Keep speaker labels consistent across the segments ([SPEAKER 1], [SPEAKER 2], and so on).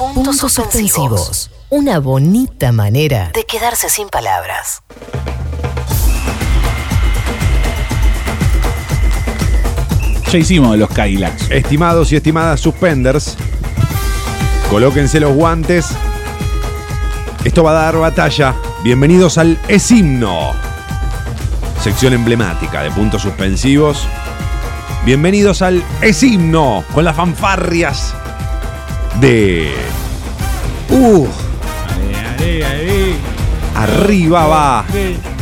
[SPEAKER 1] Puntos suspensivos.
[SPEAKER 2] Una bonita manera
[SPEAKER 1] De quedarse sin palabras.
[SPEAKER 3] Ya hicimos los Cadillacs.
[SPEAKER 4] Estimados y estimadas suspenders, colóquense los guantes. Esto va a dar batalla. Bienvenidos al Es Himno, sección emblemática de puntos suspensivos. Bienvenidos al Es Himno, con las fanfarrias de. Uh, arriba va.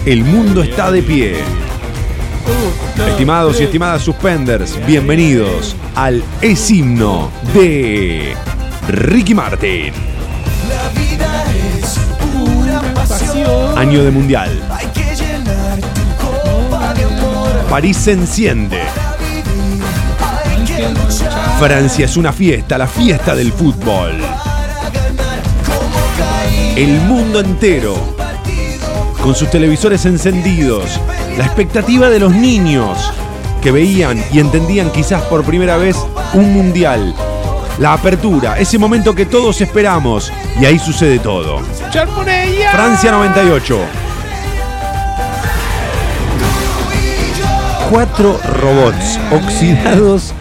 [SPEAKER 4] El mundo está de pie. Estimados y estimadas suspenders, bienvenidos al Es Himno de Ricky Martin. Año de Mundial. París se enciende. Francia es una fiesta, la fiesta del fútbol. El mundo entero, con sus televisores encendidos, la expectativa de los niños que veían y entendían quizás por primera vez un mundial. La apertura, ese momento que todos esperamos, y ahí sucede todo. Francia 98. Cuatro robots oxidados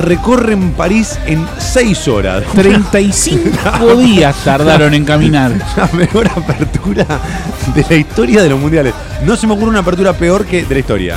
[SPEAKER 4] recorren París en 6 horas.
[SPEAKER 3] 35 días tardaron en caminar.
[SPEAKER 4] La mejor apertura de la historia de los mundiales. No se me ocurre una apertura peor que de la historia.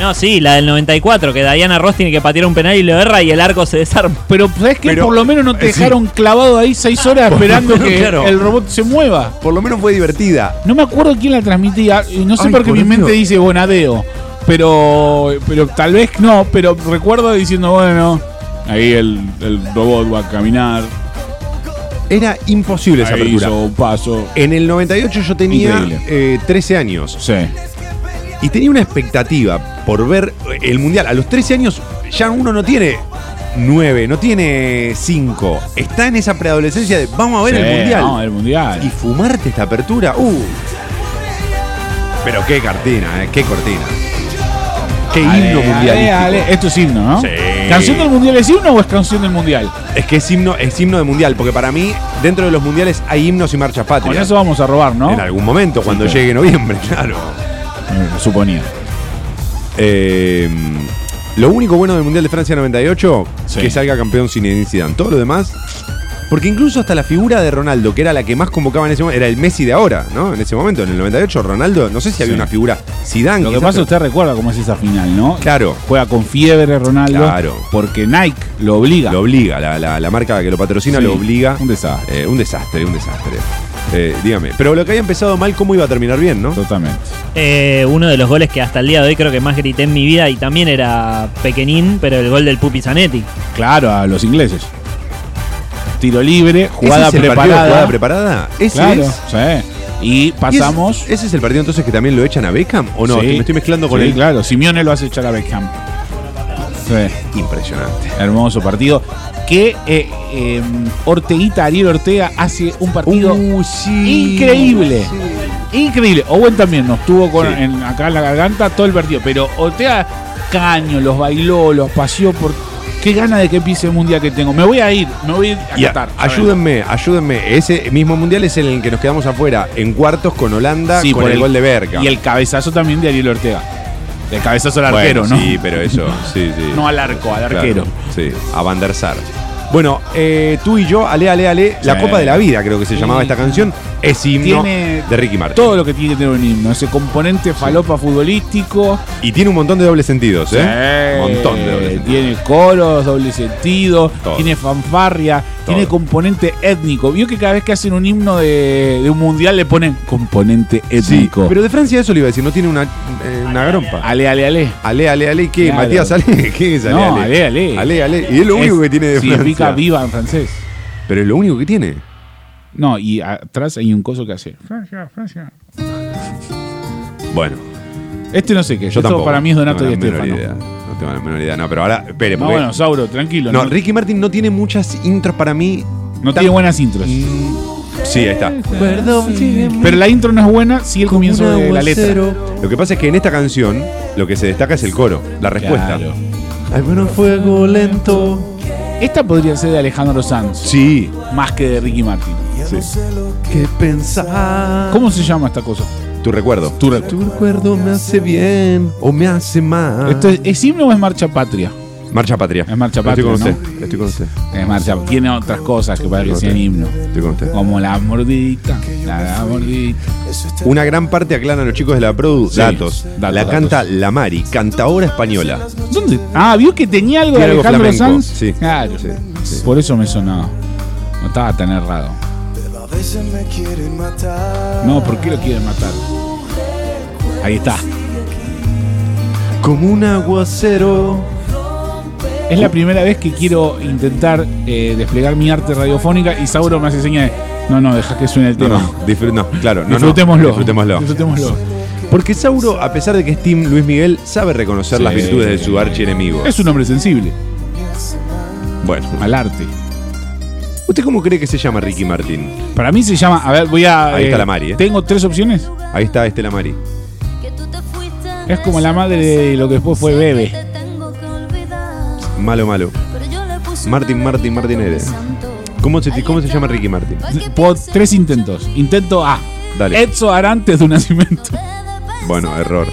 [SPEAKER 5] No, sí, la del 94, que Diana Ross tiene que patear un penal y lo erra y el arco se desarma.
[SPEAKER 3] Pero ¿sabes qué?
[SPEAKER 4] Pero- eh,
[SPEAKER 3] Por lo menos no te
[SPEAKER 4] sí.
[SPEAKER 3] dejaron clavado ahí 6 horas
[SPEAKER 4] Por lo
[SPEAKER 3] esperando
[SPEAKER 4] menos,
[SPEAKER 3] que
[SPEAKER 4] claro.
[SPEAKER 3] el robot se mueva.
[SPEAKER 4] Por lo menos fue divertida.
[SPEAKER 3] No me acuerdo quién la transmitía y no sé
[SPEAKER 4] Ay,
[SPEAKER 3] por qué
[SPEAKER 4] por
[SPEAKER 3] mi mente
[SPEAKER 4] Dios.
[SPEAKER 3] dice Bonadeo. Pero, pero tal vez no, pero recuerdo diciendo, bueno, ahí el, el robot va a caminar,
[SPEAKER 4] Era imposible esa
[SPEAKER 3] ahí
[SPEAKER 4] apertura.
[SPEAKER 3] hizo un paso.
[SPEAKER 4] En el 98 yo tenía
[SPEAKER 3] Increíble.
[SPEAKER 4] eh, 13 años
[SPEAKER 3] Sí.
[SPEAKER 4] y tenía una expectativa por ver eh, el mundial. A los 13 años ya uno no tiene 9, no tiene 5. Está en esa preadolescencia de vamos a ver
[SPEAKER 3] Sí,
[SPEAKER 4] el mundial.
[SPEAKER 3] No, el mundial.
[SPEAKER 4] Y fumarte esta apertura, uh. Pero qué cartina, eh, qué cortina. Qué
[SPEAKER 3] Ale,
[SPEAKER 4] himno
[SPEAKER 3] ale,
[SPEAKER 4] mundialístico.
[SPEAKER 3] ale. Esto es himno, ¿no?
[SPEAKER 4] Sí.
[SPEAKER 3] ¿Canción del mundial es himno o es canción del mundial?
[SPEAKER 4] Es que es himno, es himno de mundial, porque para mí, dentro de los mundiales hay himnos y marchas
[SPEAKER 3] Con
[SPEAKER 4] patrias.
[SPEAKER 3] eso vamos a robar, ¿no?
[SPEAKER 4] En algún momento, cuando
[SPEAKER 3] claro.
[SPEAKER 4] llegue noviembre, claro.
[SPEAKER 3] Eh, Suponía.
[SPEAKER 4] Eh, lo único bueno del Mundial de Francia 98,
[SPEAKER 3] Sí.
[SPEAKER 4] que salga campeón sin Zidane. Todo lo demás, porque incluso hasta la figura de Ronaldo, que era la que más convocaba en ese momento, era el Messi de ahora, ¿no? En ese momento, en el 98, Ronaldo, no sé si había
[SPEAKER 3] Sí.
[SPEAKER 4] una figura Zidane.
[SPEAKER 3] Lo que
[SPEAKER 4] quizás,
[SPEAKER 3] pasa,
[SPEAKER 4] pero-
[SPEAKER 3] usted recuerda cómo es esa final, ¿no?
[SPEAKER 4] Claro.
[SPEAKER 3] Juega con fiebre Ronaldo.
[SPEAKER 4] Claro.
[SPEAKER 3] Porque Nike lo obliga.
[SPEAKER 4] Lo obliga, la, la- la marca que lo patrocina
[SPEAKER 3] Sí,
[SPEAKER 4] lo obliga.
[SPEAKER 3] Un desastre.
[SPEAKER 4] Eh, un desastre, un desastre. Eh, dígame, pero lo que había empezado mal, ¿cómo iba a terminar bien, no?
[SPEAKER 3] Totalmente.
[SPEAKER 5] Eh, uno de los goles que hasta el día de hoy creo que más grité en mi vida y también era pequeñín, pero el gol del Pupi Zanetti.
[SPEAKER 3] Claro, a los ingleses. Tiro libre, jugada
[SPEAKER 4] ¿Ese es el partido de
[SPEAKER 3] preparada.
[SPEAKER 4] jugada preparada? ¿Ese
[SPEAKER 3] Claro,
[SPEAKER 4] es?
[SPEAKER 3] sí. Y
[SPEAKER 4] ¿Y ese-
[SPEAKER 3] pasamos.
[SPEAKER 4] ¿Ese, es el partido entonces que también lo echan a Beckham? ¿O no?
[SPEAKER 3] Sí.
[SPEAKER 4] Me estoy mezclando con
[SPEAKER 3] Sí,
[SPEAKER 4] el.
[SPEAKER 3] claro, Simeone lo hace echar a Beckham. Sí.
[SPEAKER 4] Impresionante.
[SPEAKER 3] Hermoso partido. Que eh, eh, Orteguita, Ariel Ortega, hace un partido
[SPEAKER 4] Uh,
[SPEAKER 3] increíble. Increíble. Owen también nos tuvo con,
[SPEAKER 4] Sí.
[SPEAKER 3] en- acá en la garganta todo el partido. Pero Ortega, caño, los bailó, los paseó por. Qué gana de que empiece el mundial que tengo. Me voy a ir, me voy a ir a
[SPEAKER 4] Y a-
[SPEAKER 3] Qatar. ya vengo.
[SPEAKER 4] ayúdenme, ayúdenme. Ese mismo mundial es en el que nos quedamos afuera, en cuartos con Holanda,
[SPEAKER 3] Sí,
[SPEAKER 4] con
[SPEAKER 3] por
[SPEAKER 4] el, gol de Berga.
[SPEAKER 3] Y el cabezazo también de Ariel Ortega. El cabezazo al
[SPEAKER 4] Bueno,
[SPEAKER 3] arquero, ¿no?
[SPEAKER 4] Sí, pero eso, sí, sí.
[SPEAKER 3] No al arco, al
[SPEAKER 4] Claro,
[SPEAKER 3] arquero.
[SPEAKER 4] Sí, a Van der Sar. Bueno, eh, tú y yo, Ale, Ale, Ale, La
[SPEAKER 3] Sí.
[SPEAKER 4] Copa de la Vida, creo que se
[SPEAKER 3] Sí.
[SPEAKER 4] llamaba esta canción, es himno
[SPEAKER 3] Tiene
[SPEAKER 4] de Ricky Martin.
[SPEAKER 3] Todo lo que tiene que tener un himno. Ese componente falopa futbolístico.
[SPEAKER 4] Y tiene un montón de dobles sentidos, ¿eh?
[SPEAKER 3] Sí.
[SPEAKER 4] Un montón de dobles sentidos.
[SPEAKER 3] Tiene coros, doble sentido,
[SPEAKER 4] Todo.
[SPEAKER 3] tiene fanfarria, tiene componente étnico. Vio que cada vez que hacen un himno de, de un mundial le ponen componente
[SPEAKER 4] Sí,
[SPEAKER 3] étnico.
[SPEAKER 4] pero de Francia eso le iba a decir, no tiene una, eh, una grompa.
[SPEAKER 3] Ale, ale, ale.
[SPEAKER 4] Ale, ale, ale, ¿qué?
[SPEAKER 3] Claro.
[SPEAKER 4] Matías, ale, ¿qué es ale,
[SPEAKER 3] No,
[SPEAKER 4] ale?
[SPEAKER 3] ale, ale.
[SPEAKER 4] Ale, ale. Y es lo único
[SPEAKER 3] Es-
[SPEAKER 4] que tiene de
[SPEAKER 3] Significa
[SPEAKER 4] Francia.
[SPEAKER 3] viva en francés.
[SPEAKER 4] Pero es lo único que tiene.
[SPEAKER 3] No, y atrás hay un coso que hace. Francia, Francia.
[SPEAKER 4] Bueno,
[SPEAKER 3] Este no sé qué.
[SPEAKER 4] yo
[SPEAKER 3] Yo
[SPEAKER 4] tampoco.
[SPEAKER 3] para mí es Donato
[SPEAKER 4] no
[SPEAKER 3] y
[SPEAKER 4] tengo la menor
[SPEAKER 3] Estefano.
[SPEAKER 4] idea. No tengo la menor idea. No, pero ahora, espere,
[SPEAKER 3] No,
[SPEAKER 4] porque...
[SPEAKER 3] bueno, Sauro, tranquilo.
[SPEAKER 4] no,
[SPEAKER 3] No,
[SPEAKER 4] Ricky Martin no tiene muchas intros para mí.
[SPEAKER 3] no tiene buenas intros.
[SPEAKER 4] Mm, Sí, ahí está.
[SPEAKER 3] Perdón, Pero la intro no es buena si el comienzo de la letra.
[SPEAKER 4] Lo que pasa es que en esta canción lo que se destaca es el coro, la respuesta.
[SPEAKER 3] Claro.
[SPEAKER 4] Hay bueno fuego lento.
[SPEAKER 3] Esta podría ser de Alejandro Sanz,
[SPEAKER 4] Sí.
[SPEAKER 3] más que de Ricky Martin.
[SPEAKER 4] sí. ¿Qué pensar?
[SPEAKER 3] ¿Cómo se llama esta cosa?
[SPEAKER 4] Tu recuerdo.
[SPEAKER 3] Tu recuerdo.
[SPEAKER 4] recuerdo me hace bien o me hace mal.
[SPEAKER 3] ¿Esto es, ¿es himno o es marcha patria?
[SPEAKER 4] Marcha Patria.
[SPEAKER 3] Es Marcha
[SPEAKER 4] Estoy con
[SPEAKER 3] Patria,
[SPEAKER 4] usted. Estoy con usted.
[SPEAKER 3] Es marcha. Tiene otras cosas que para que
[SPEAKER 4] Estoy
[SPEAKER 3] sean
[SPEAKER 4] con
[SPEAKER 3] himno.
[SPEAKER 4] usted. Estoy con usted.
[SPEAKER 3] Como la mordidita, la mordidita.
[SPEAKER 4] Una gran parte aclaran los chicos de la Produ.
[SPEAKER 3] Sí,
[SPEAKER 4] datos.
[SPEAKER 3] datos,
[SPEAKER 4] La
[SPEAKER 3] datos.
[SPEAKER 4] canta La Mari, cantaora española.
[SPEAKER 3] ¿Dónde? Ah, vio que tenía algo de
[SPEAKER 4] Tiene algo
[SPEAKER 3] Alejandro
[SPEAKER 4] flamenco,
[SPEAKER 3] Sanz.
[SPEAKER 4] sí.
[SPEAKER 3] Claro.
[SPEAKER 4] Sí, sí.
[SPEAKER 3] Por eso me sonaba. No estaba tan errado. No, ¿por qué lo quieren matar? Ahí está.
[SPEAKER 4] Como un aguacero.
[SPEAKER 3] Es la primera vez que quiero intentar eh, desplegar mi arte radiofónica y Sauro me hace señas de. No, no, deja que suene el
[SPEAKER 4] No,
[SPEAKER 3] tema.
[SPEAKER 4] no, disfr- no, claro, no, no.
[SPEAKER 3] disfrutémoslo.
[SPEAKER 4] disfrutémoslo.
[SPEAKER 3] Disfrutémoslo.
[SPEAKER 4] Porque Sauro, a pesar de que es Team Luis Miguel, sabe reconocer las
[SPEAKER 3] Sí.
[SPEAKER 4] virtudes de su archienemigo.
[SPEAKER 3] Es un hombre sensible
[SPEAKER 4] Bueno,
[SPEAKER 3] al arte.
[SPEAKER 4] ¿usted cómo cree que se llama Ricky Martín?
[SPEAKER 3] Para mí se llama. A ver, voy a.
[SPEAKER 4] Ahí está la Mari, eh.
[SPEAKER 3] Tengo tres opciones.
[SPEAKER 4] Ahí está Estela Mari.
[SPEAKER 6] Es como la madre de lo que después fue Bebe.
[SPEAKER 4] Malo, malo.
[SPEAKER 6] Martín, Martín, Martín eres.
[SPEAKER 4] ¿Cómo se, cómo se llama Ricky Martín?
[SPEAKER 3] Puedo- tres intentos. Intento A.
[SPEAKER 4] Dale.
[SPEAKER 3] Edso Arantes de un nacimiento.
[SPEAKER 4] Bueno, error.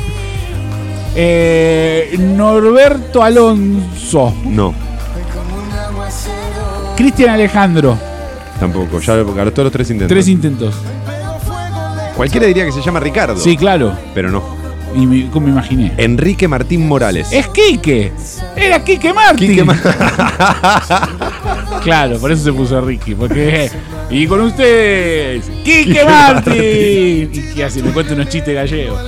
[SPEAKER 3] Eh, Norberto Alonso.
[SPEAKER 4] No,
[SPEAKER 3] Cristian Alejandro.
[SPEAKER 4] tampoco. Ya lo todos los tres intentos.
[SPEAKER 3] Tres intentos.
[SPEAKER 4] Cualquiera diría que se llama Ricardo.
[SPEAKER 3] Sí, claro.
[SPEAKER 4] Pero no.
[SPEAKER 3] Y me, como me imaginé.
[SPEAKER 4] Enrique Martín Morales.
[SPEAKER 3] Es Quique. Era Quique Martín. claro, por eso se puso Ricky. Porque. eh, Y con ustedes, Quique Martín. Y que así me cuenta unos chistes gallegos.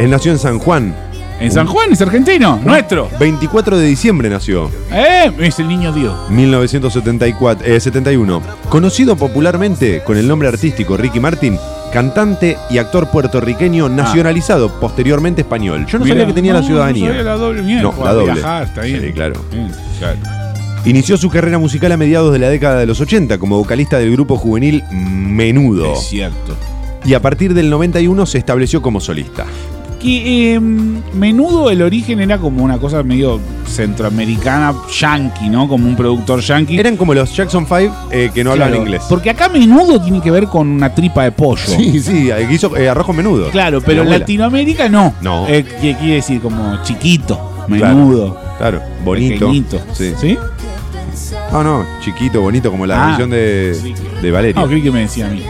[SPEAKER 4] Él nació en San Juan.
[SPEAKER 3] En San Juan es argentino, nuestro.
[SPEAKER 4] 24 de diciembre nació.
[SPEAKER 3] ¿Eh? Es el niño Dios.
[SPEAKER 4] 1974, eh, 71. Conocido popularmente con el nombre artístico Ricky Martin, cantante y actor puertorriqueño nacionalizado, posteriormente español. Yo
[SPEAKER 3] Ah.
[SPEAKER 4] no
[SPEAKER 3] Mirá.
[SPEAKER 4] sabía que tenía la
[SPEAKER 3] No,
[SPEAKER 4] ciudadanía.
[SPEAKER 3] No, sabía la doble mierda.
[SPEAKER 4] No, la doble.
[SPEAKER 3] Viajar, está bien.
[SPEAKER 4] Sí, claro.
[SPEAKER 3] Bien, claro.
[SPEAKER 4] Inició su carrera musical a mediados de la década de los 80 como vocalista del grupo juvenil Menudo.
[SPEAKER 3] Es cierto.
[SPEAKER 4] Y a partir del 91 se estableció como solista.
[SPEAKER 3] Que eh, menudo el origen era como una cosa medio centroamericana, yankee, ¿no? Como un productor yankee.
[SPEAKER 4] Eran como los Jackson 5 eh, que no
[SPEAKER 3] Claro,
[SPEAKER 4] hablan inglés.
[SPEAKER 3] Porque acá menudo tiene que ver con una tripa de pollo.
[SPEAKER 4] Sí, sí, eh, hizo eh, arroz con menudo.
[SPEAKER 3] Claro, pero en
[SPEAKER 4] Mi abuela.
[SPEAKER 3] Latinoamérica no.
[SPEAKER 4] No.
[SPEAKER 3] Eh, que quiere decir como chiquito,
[SPEAKER 4] Claro,
[SPEAKER 3] menudo,
[SPEAKER 4] Claro, bonito.
[SPEAKER 3] pequeñito.
[SPEAKER 4] Sí.
[SPEAKER 3] ¿Sí?
[SPEAKER 4] No, no, chiquito, bonito, como la
[SPEAKER 3] Ah.
[SPEAKER 4] canción
[SPEAKER 3] Sí.
[SPEAKER 4] de, de Valeria.
[SPEAKER 3] Ah, creí que me decía a mí.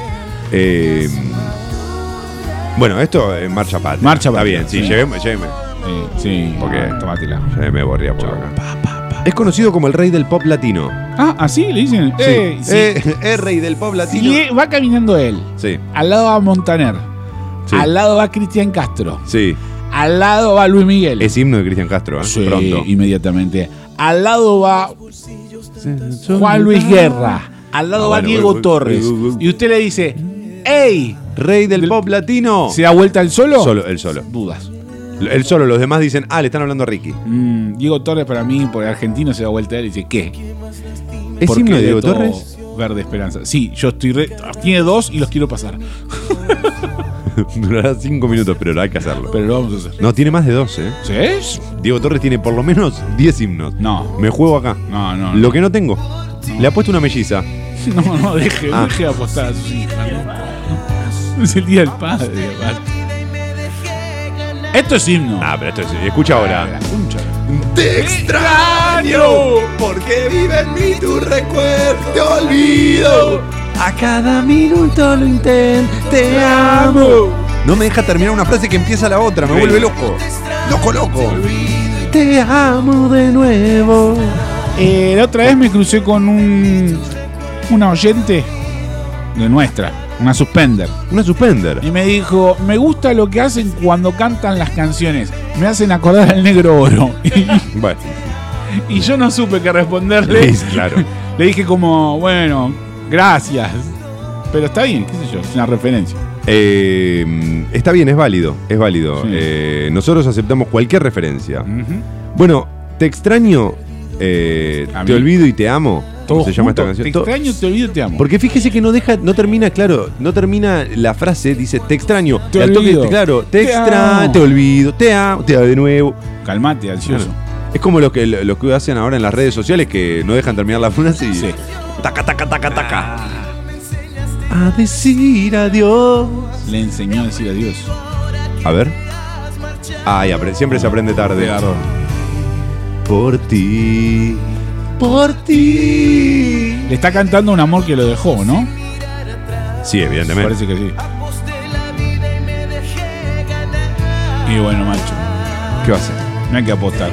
[SPEAKER 4] Eh, bueno, esto es marcha patria.
[SPEAKER 3] Marcha
[SPEAKER 4] Está
[SPEAKER 3] patria,
[SPEAKER 4] bien, sí,
[SPEAKER 3] sí.
[SPEAKER 4] lléveme, lléveme.
[SPEAKER 3] Eh, sí,
[SPEAKER 4] Porque-
[SPEAKER 3] tomátela.
[SPEAKER 4] Lléveme, borría por acá. Es conocido como el rey del pop latino.
[SPEAKER 3] Ah, así le dicen.
[SPEAKER 4] Sí.
[SPEAKER 3] Eh, sí.
[SPEAKER 4] Eh, es rey del pop
[SPEAKER 3] Sí,
[SPEAKER 4] latino.
[SPEAKER 3] eh, va caminando él.
[SPEAKER 4] Sí,
[SPEAKER 3] Al lado va Montaner.
[SPEAKER 4] Sí.
[SPEAKER 3] Al lado va Cristian Castro.
[SPEAKER 4] sí.
[SPEAKER 3] Al lado va Luis Miguel.
[SPEAKER 4] Es himno de Cristian Castro, ¿eh?
[SPEAKER 3] Sí,
[SPEAKER 4] pronto.
[SPEAKER 3] inmediatamente. Al lado va Juan Luis Guerra. Al lado
[SPEAKER 4] Ah,
[SPEAKER 3] va
[SPEAKER 4] bueno,
[SPEAKER 3] Diego
[SPEAKER 4] uy, uy,
[SPEAKER 3] Torres.
[SPEAKER 4] uy, uy, uy.
[SPEAKER 3] Y usted le dice, ¡Ey!
[SPEAKER 4] Rey del pop latino.
[SPEAKER 3] ¿Se da vuelta el solo?
[SPEAKER 4] Solo, él solo.
[SPEAKER 3] Dudas.
[SPEAKER 4] Él solo, los demás dicen, ah, le están hablando a Ricky.
[SPEAKER 3] Mm, Diego Torres para mí, por argentino, se da vuelta él y dice, ¿qué?
[SPEAKER 4] ¿Es
[SPEAKER 3] ¿Por
[SPEAKER 4] himno
[SPEAKER 3] qué
[SPEAKER 4] de Diego
[SPEAKER 3] todo
[SPEAKER 4] Torres?
[SPEAKER 3] Verde Esperanza. Sí, yo estoy... re- Tiene dos y los quiero pasar.
[SPEAKER 4] Durará cinco minutos, pero hay que hacerlo.
[SPEAKER 3] Pero lo vamos a hacer.
[SPEAKER 4] No, tiene más de 12, ¿eh?
[SPEAKER 3] ¿Sí?
[SPEAKER 4] Diego Torres tiene por lo menos 10 himnos.
[SPEAKER 3] No.
[SPEAKER 4] Me juego acá.
[SPEAKER 3] No, no.
[SPEAKER 4] Lo que no tengo. Le ha puesto una melliza.
[SPEAKER 3] No, no, deje,
[SPEAKER 4] Ah.
[SPEAKER 3] deje de apostar a sus hijas. ¿no? Es el día del padre, aparte. Esto es himno.
[SPEAKER 4] Ah, pero esto es, escucha ahora.
[SPEAKER 3] La concha.
[SPEAKER 4] Te extraño porque vive en mí tu recuerdo. Te olvido. A cada minuto lo intento. Te amo. No me deja terminar una frase que empieza la otra. Me
[SPEAKER 3] Sí.
[SPEAKER 4] vuelve loco. Loco, loco.
[SPEAKER 7] Te amo de nuevo.
[SPEAKER 3] Eh, la otra vez me crucé con un una oyente de nuestra, una suspender,
[SPEAKER 4] Una suspender.
[SPEAKER 3] y me dijo, me gusta lo que hacen cuando cantan las canciones, me hacen acordar al negro oro. Y,
[SPEAKER 4] Bueno,
[SPEAKER 3] y yo no supe qué responderle.
[SPEAKER 4] es claro.
[SPEAKER 3] Le dije como, bueno, gracias. Pero está bien, qué sé yo, es una referencia.
[SPEAKER 4] Eh, está bien, es válido. Es válido.
[SPEAKER 3] Sí.
[SPEAKER 4] Eh, nosotros aceptamos cualquier referencia. Bueno, te extraño, eh,
[SPEAKER 3] A
[SPEAKER 4] te
[SPEAKER 3] mí.
[SPEAKER 4] olvido y te amo. ¿Cómo
[SPEAKER 3] Todo
[SPEAKER 4] se llama
[SPEAKER 3] junto,
[SPEAKER 4] esta canción?
[SPEAKER 3] Te
[SPEAKER 4] Todo-
[SPEAKER 3] extraño, te olvido, te amo.
[SPEAKER 4] Porque fíjese que no deja, no termina, claro, no termina la frase, dice te extraño.
[SPEAKER 3] Te
[SPEAKER 4] Y al toque,
[SPEAKER 3] olvido.
[SPEAKER 4] claro,
[SPEAKER 3] Te
[SPEAKER 4] te, extraño,
[SPEAKER 3] amo.
[SPEAKER 4] te olvido, te amo, te amo de nuevo.
[SPEAKER 3] Calmate, ansioso.
[SPEAKER 4] Claro. Es como lo que, lo que hacen ahora en las redes sociales que no dejan terminar la frase y.
[SPEAKER 3] Sí.
[SPEAKER 4] Taca, taca, taca, taca.
[SPEAKER 7] A decir adiós.
[SPEAKER 3] Le enseñó a decir adiós.
[SPEAKER 4] A ver. Ay, apre- siempre se aprende tarde. Por ti.
[SPEAKER 7] Por ti.
[SPEAKER 3] Le está cantando un amor que lo dejó, ¿no?
[SPEAKER 4] Sí, evidentemente.
[SPEAKER 3] Parece que sí. Y bueno, macho,
[SPEAKER 4] ¿Qué va a ser?
[SPEAKER 3] no hay que apostar.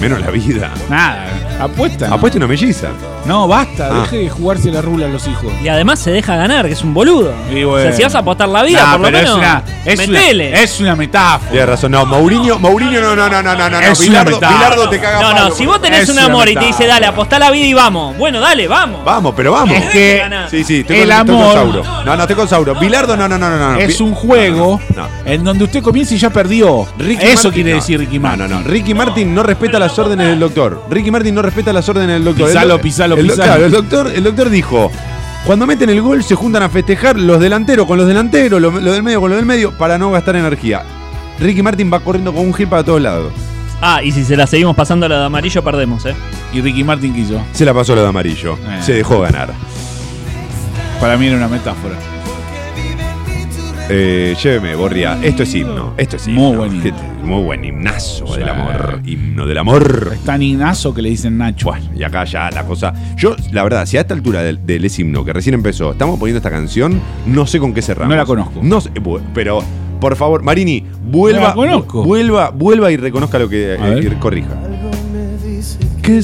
[SPEAKER 4] Menos la vida.
[SPEAKER 3] Nada, apuesta. ¿no?
[SPEAKER 4] Apuesta una melliza.
[SPEAKER 3] No, basta,
[SPEAKER 4] Ah.
[SPEAKER 3] deje de jugarse la rula a los hijos.
[SPEAKER 5] Y además se deja ganar, que es un boludo.
[SPEAKER 3] Y bueno.
[SPEAKER 5] O sea, si vas a apostar la vida,
[SPEAKER 3] Nah,
[SPEAKER 5] por lo
[SPEAKER 3] pero
[SPEAKER 5] menos.
[SPEAKER 3] es una, es una-
[SPEAKER 5] metele.
[SPEAKER 3] es una metáfora.
[SPEAKER 4] Tienes razón. No, Mourinho, Mourinho, no, no, no, no, no, no.
[SPEAKER 3] Es una
[SPEAKER 4] Bilardo,
[SPEAKER 3] metáfora.
[SPEAKER 4] Bilardo te caga
[SPEAKER 5] no,
[SPEAKER 4] palo,
[SPEAKER 5] no, si vos
[SPEAKER 3] es
[SPEAKER 5] tenés un
[SPEAKER 3] una
[SPEAKER 5] amor y te
[SPEAKER 3] metáfora.
[SPEAKER 5] dice, dale, apostá la vida y vamos. Bueno, dale, vamos.
[SPEAKER 4] Vamos, pero vamos.
[SPEAKER 3] Es que
[SPEAKER 4] Sí, sí, estoy
[SPEAKER 3] el
[SPEAKER 4] con, estoy con
[SPEAKER 3] amor
[SPEAKER 4] Sauro. No, no, estoy con Sauro. Bilardo, no, no, no, no. no.
[SPEAKER 3] es
[SPEAKER 4] Bi-
[SPEAKER 3] un juego
[SPEAKER 4] No.
[SPEAKER 3] en donde usted comienza y ya perdió.
[SPEAKER 4] Ricky
[SPEAKER 3] Eso
[SPEAKER 4] Martin,
[SPEAKER 3] quiere
[SPEAKER 4] no.
[SPEAKER 3] decir Ricky Martin.
[SPEAKER 4] No, no, no. Ricky Martin no respeta las órdenes del doctor. Ricky Martin no respeta las órdenes del doctor.
[SPEAKER 3] Pisalo,
[SPEAKER 4] El doc-
[SPEAKER 3] pisalo,
[SPEAKER 4] el doc-
[SPEAKER 3] pisalo.
[SPEAKER 4] claro, el doctor, el doctor dijo: Cuando meten el gol, se juntan a festejar los delanteros con los delanteros, lo, lo del medio con lo del medio, para no gastar energía. Ricky Martin va corriendo con un gil para todos lados.
[SPEAKER 5] Ah, y si se la seguimos pasando a la de amarillo, perdemos, eh.
[SPEAKER 3] Y Ricky Martin quiso.
[SPEAKER 4] Se la pasó lo de amarillo.
[SPEAKER 3] Eh.
[SPEAKER 4] Se dejó ganar.
[SPEAKER 3] Para mí era una metáfora.
[SPEAKER 4] Eh, lléveme, Borria. Esto es himno. Esto es himno.
[SPEAKER 3] Muy buen himno.
[SPEAKER 4] Gente, Muy buen himnazo
[SPEAKER 3] Sí.
[SPEAKER 4] del amor. Himno del amor.
[SPEAKER 3] Es tan inazo que le dicen Nacho.
[SPEAKER 4] Y acá ya la cosa. Yo, la verdad, si a esta altura del, del Es himno, que recién empezó, estamos poniendo esta canción, no sé con qué cerramos.
[SPEAKER 3] No la conozco.
[SPEAKER 4] No sé, bu- pero, por favor, Marini, vuelva.
[SPEAKER 3] No la conozco.
[SPEAKER 4] vu- Vuelva, vuelva y reconozca lo que.
[SPEAKER 3] A
[SPEAKER 4] eh,
[SPEAKER 3] ver.
[SPEAKER 4] y corrija.
[SPEAKER 7] Que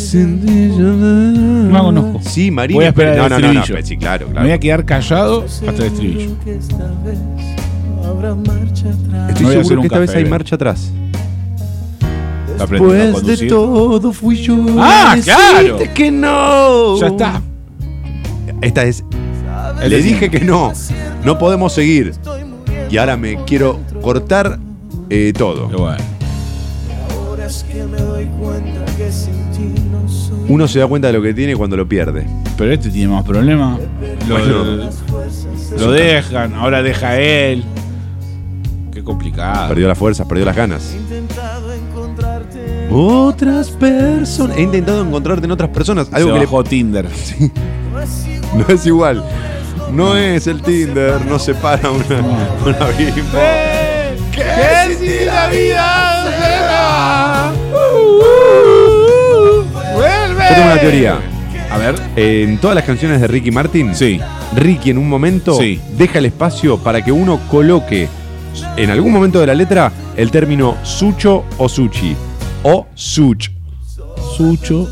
[SPEAKER 3] No la conozco.
[SPEAKER 4] Sí, Marini.
[SPEAKER 3] Voy a esperar
[SPEAKER 4] No,
[SPEAKER 3] el
[SPEAKER 4] no, no, no.
[SPEAKER 3] estribillo.
[SPEAKER 4] Sí, claro,
[SPEAKER 3] Me voy a
[SPEAKER 4] claro.
[SPEAKER 3] quedar callado hasta el estribillo.
[SPEAKER 4] Estoy
[SPEAKER 3] voy a hacer
[SPEAKER 4] seguro
[SPEAKER 3] un
[SPEAKER 4] que esta vez
[SPEAKER 3] café,
[SPEAKER 4] hay
[SPEAKER 3] eh.
[SPEAKER 4] marcha atrás. Pues
[SPEAKER 3] Está aprendiendo a
[SPEAKER 7] Después Pues de
[SPEAKER 3] conducir.
[SPEAKER 7] todo fui yo.
[SPEAKER 3] Ah,
[SPEAKER 7] a
[SPEAKER 3] claro.
[SPEAKER 7] decirte que no.
[SPEAKER 3] Ya está.
[SPEAKER 4] Esta es. Le dije que no. No podemos seguir. Y ahora me quiero cortar eh, todo.
[SPEAKER 3] Bueno.
[SPEAKER 4] Uno se da cuenta de lo que tiene cuando lo pierde.
[SPEAKER 3] Pero este tiene más problemas. Lo,
[SPEAKER 4] Pues Bueno.
[SPEAKER 3] lo dejan, ahora deja él. Qué complicado.
[SPEAKER 4] Perdió las fuerzas, perdió las ganas.
[SPEAKER 7] Otras personas.
[SPEAKER 4] Son- he intentado encontrarte en otras personas.
[SPEAKER 3] Algo
[SPEAKER 4] Algo que le-
[SPEAKER 3] Tinder.
[SPEAKER 4] no es igual. No es el Tinder, no se para una, un abismo. ¿Qué si la vida Uh,
[SPEAKER 3] ¡Vuelve!
[SPEAKER 4] Yo tengo una teoría.
[SPEAKER 3] A ver.
[SPEAKER 4] En todas las canciones de Ricky Martin,
[SPEAKER 3] Sí.
[SPEAKER 4] Ricky en un momento
[SPEAKER 3] Sí.
[SPEAKER 4] deja el espacio para que uno coloque en algún momento de la letra el término sucho o sushi. O such.
[SPEAKER 3] Sucho.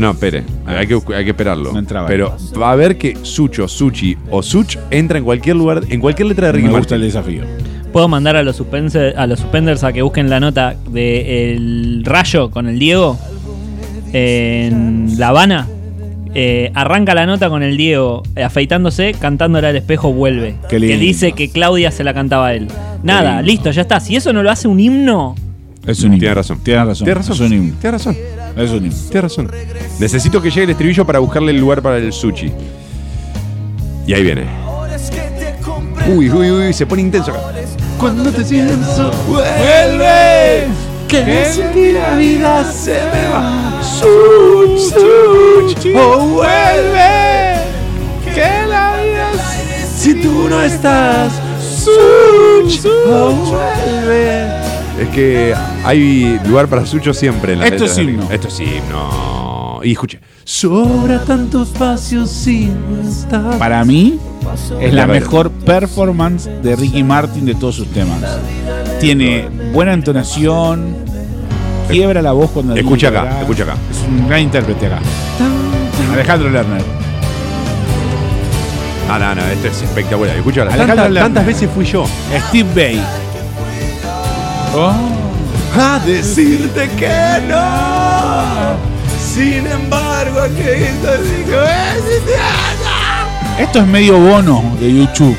[SPEAKER 4] No, espere, hay que, hay que esperarlo.
[SPEAKER 3] No entraba.
[SPEAKER 4] Pero va a ver que sucho, sushi o such entra en cualquier lugar, en cualquier letra de Ricky
[SPEAKER 3] Me gusta el
[SPEAKER 4] Martin.
[SPEAKER 3] desafío.
[SPEAKER 5] Puedo mandar a los, suspense- a los suspenders a que busquen la nota del rayo con el Diego en La Habana. Eh, arranca la nota con el Diego eh, afeitándose, cantándole al espejo vuelve.
[SPEAKER 3] Qué lindo.
[SPEAKER 5] Que dice que Claudia se la cantaba a él. Nada,
[SPEAKER 3] lindo.
[SPEAKER 5] listo, ya está. Si eso no lo hace un himno,
[SPEAKER 3] Es un himno.
[SPEAKER 4] Tiene razón.
[SPEAKER 3] Tiene razón.
[SPEAKER 4] Tienes razón.
[SPEAKER 3] Es un himno.
[SPEAKER 4] Tienes razón.
[SPEAKER 3] Es un himno.
[SPEAKER 4] Tienes razón. Necesito que llegue el estribillo para buscarle el lugar para el sushi. Y ahí viene. Uy, uy, uy, se pone intenso acá.
[SPEAKER 7] Cuando te pienso,
[SPEAKER 4] ¡Vuelve!
[SPEAKER 7] que si ti la vida se me va. such,
[SPEAKER 4] ¡Oh, vuelve!
[SPEAKER 7] que la vida es- si tú no estás. Such, oh, vuelve.
[SPEAKER 4] Es que hay lugar para sucho siempre en la
[SPEAKER 3] Esto es himno.
[SPEAKER 4] Esto es himno. Y escuche.
[SPEAKER 7] Sobra tanto espacio si no estás.
[SPEAKER 3] Para mí, es la
[SPEAKER 4] A ver.
[SPEAKER 3] mejor performance de Ricky Martin de todos sus temas. Tiene buena entonación, quiebra la voz cuando
[SPEAKER 4] Escucha
[SPEAKER 3] tiene que
[SPEAKER 4] acá,
[SPEAKER 3] hablar.
[SPEAKER 4] escucha acá.
[SPEAKER 3] Es un gran intérprete acá. Alejandro Lerner.
[SPEAKER 4] No, no, no, esto es espectacular. Escucha,
[SPEAKER 3] Alejandro
[SPEAKER 4] tantas,
[SPEAKER 3] Lerner.
[SPEAKER 4] tantas veces fui yo.
[SPEAKER 3] Steve Bay. Oh,
[SPEAKER 4] A decirte que
[SPEAKER 3] Oh.
[SPEAKER 4] no. Sin embargo, aquí
[SPEAKER 3] Esto es medio bono de YouTube.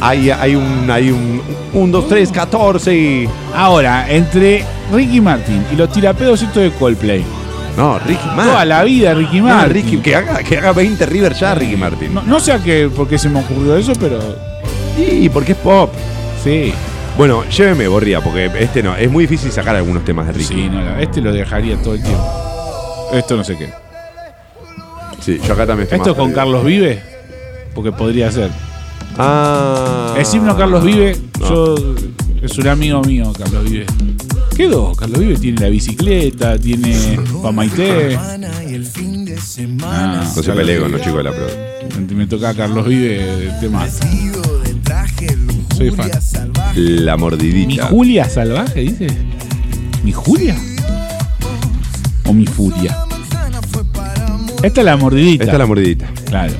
[SPEAKER 4] Hay, hay un. Hay un. 1, 2, 3, 14 y.
[SPEAKER 3] Ahora, entre Ricky Martin y los tirapedos estos de Coldplay.
[SPEAKER 4] No, Ricky
[SPEAKER 3] Toda
[SPEAKER 4] Martin.
[SPEAKER 3] la vida Ricky
[SPEAKER 4] No,
[SPEAKER 3] Martin.
[SPEAKER 4] Ricky, que, haga, que haga 20 River ya, Ricky Martin.
[SPEAKER 3] No, no sé a qué, por qué se me ocurrió eso, pero
[SPEAKER 4] Sí, porque es pop.
[SPEAKER 3] sí.
[SPEAKER 4] Bueno, lléveme, Borría, porque este no. Es muy difícil sacar algunos temas de Ricky.
[SPEAKER 3] Sí, no, la- este lo dejaría todo el tiempo. Esto no sé qué.
[SPEAKER 4] Sí, yo acá también estoy
[SPEAKER 3] ¿Esto es
[SPEAKER 4] más
[SPEAKER 3] con
[SPEAKER 4] perdido.
[SPEAKER 3] Carlos Vive? Porque podría ser.
[SPEAKER 4] Ah.
[SPEAKER 3] Es himno Carlos Vive.
[SPEAKER 4] No.
[SPEAKER 3] Yo. Es un amigo mío, Carlos Vive. Quedó. Carlos Vive tiene la bicicleta, tiene Pamaité. Ah,
[SPEAKER 4] No se pelee con los chicos de la pro.
[SPEAKER 3] Me toca Carlos Vive el tema. Soy fan.
[SPEAKER 4] La
[SPEAKER 3] ¿Mi
[SPEAKER 4] mordidita.
[SPEAKER 3] Julia salvaje, dice? ¿Mi Julia? ¿O mi furia? Esta es la mordidita.
[SPEAKER 4] Esta es la mordidita.
[SPEAKER 3] Claro.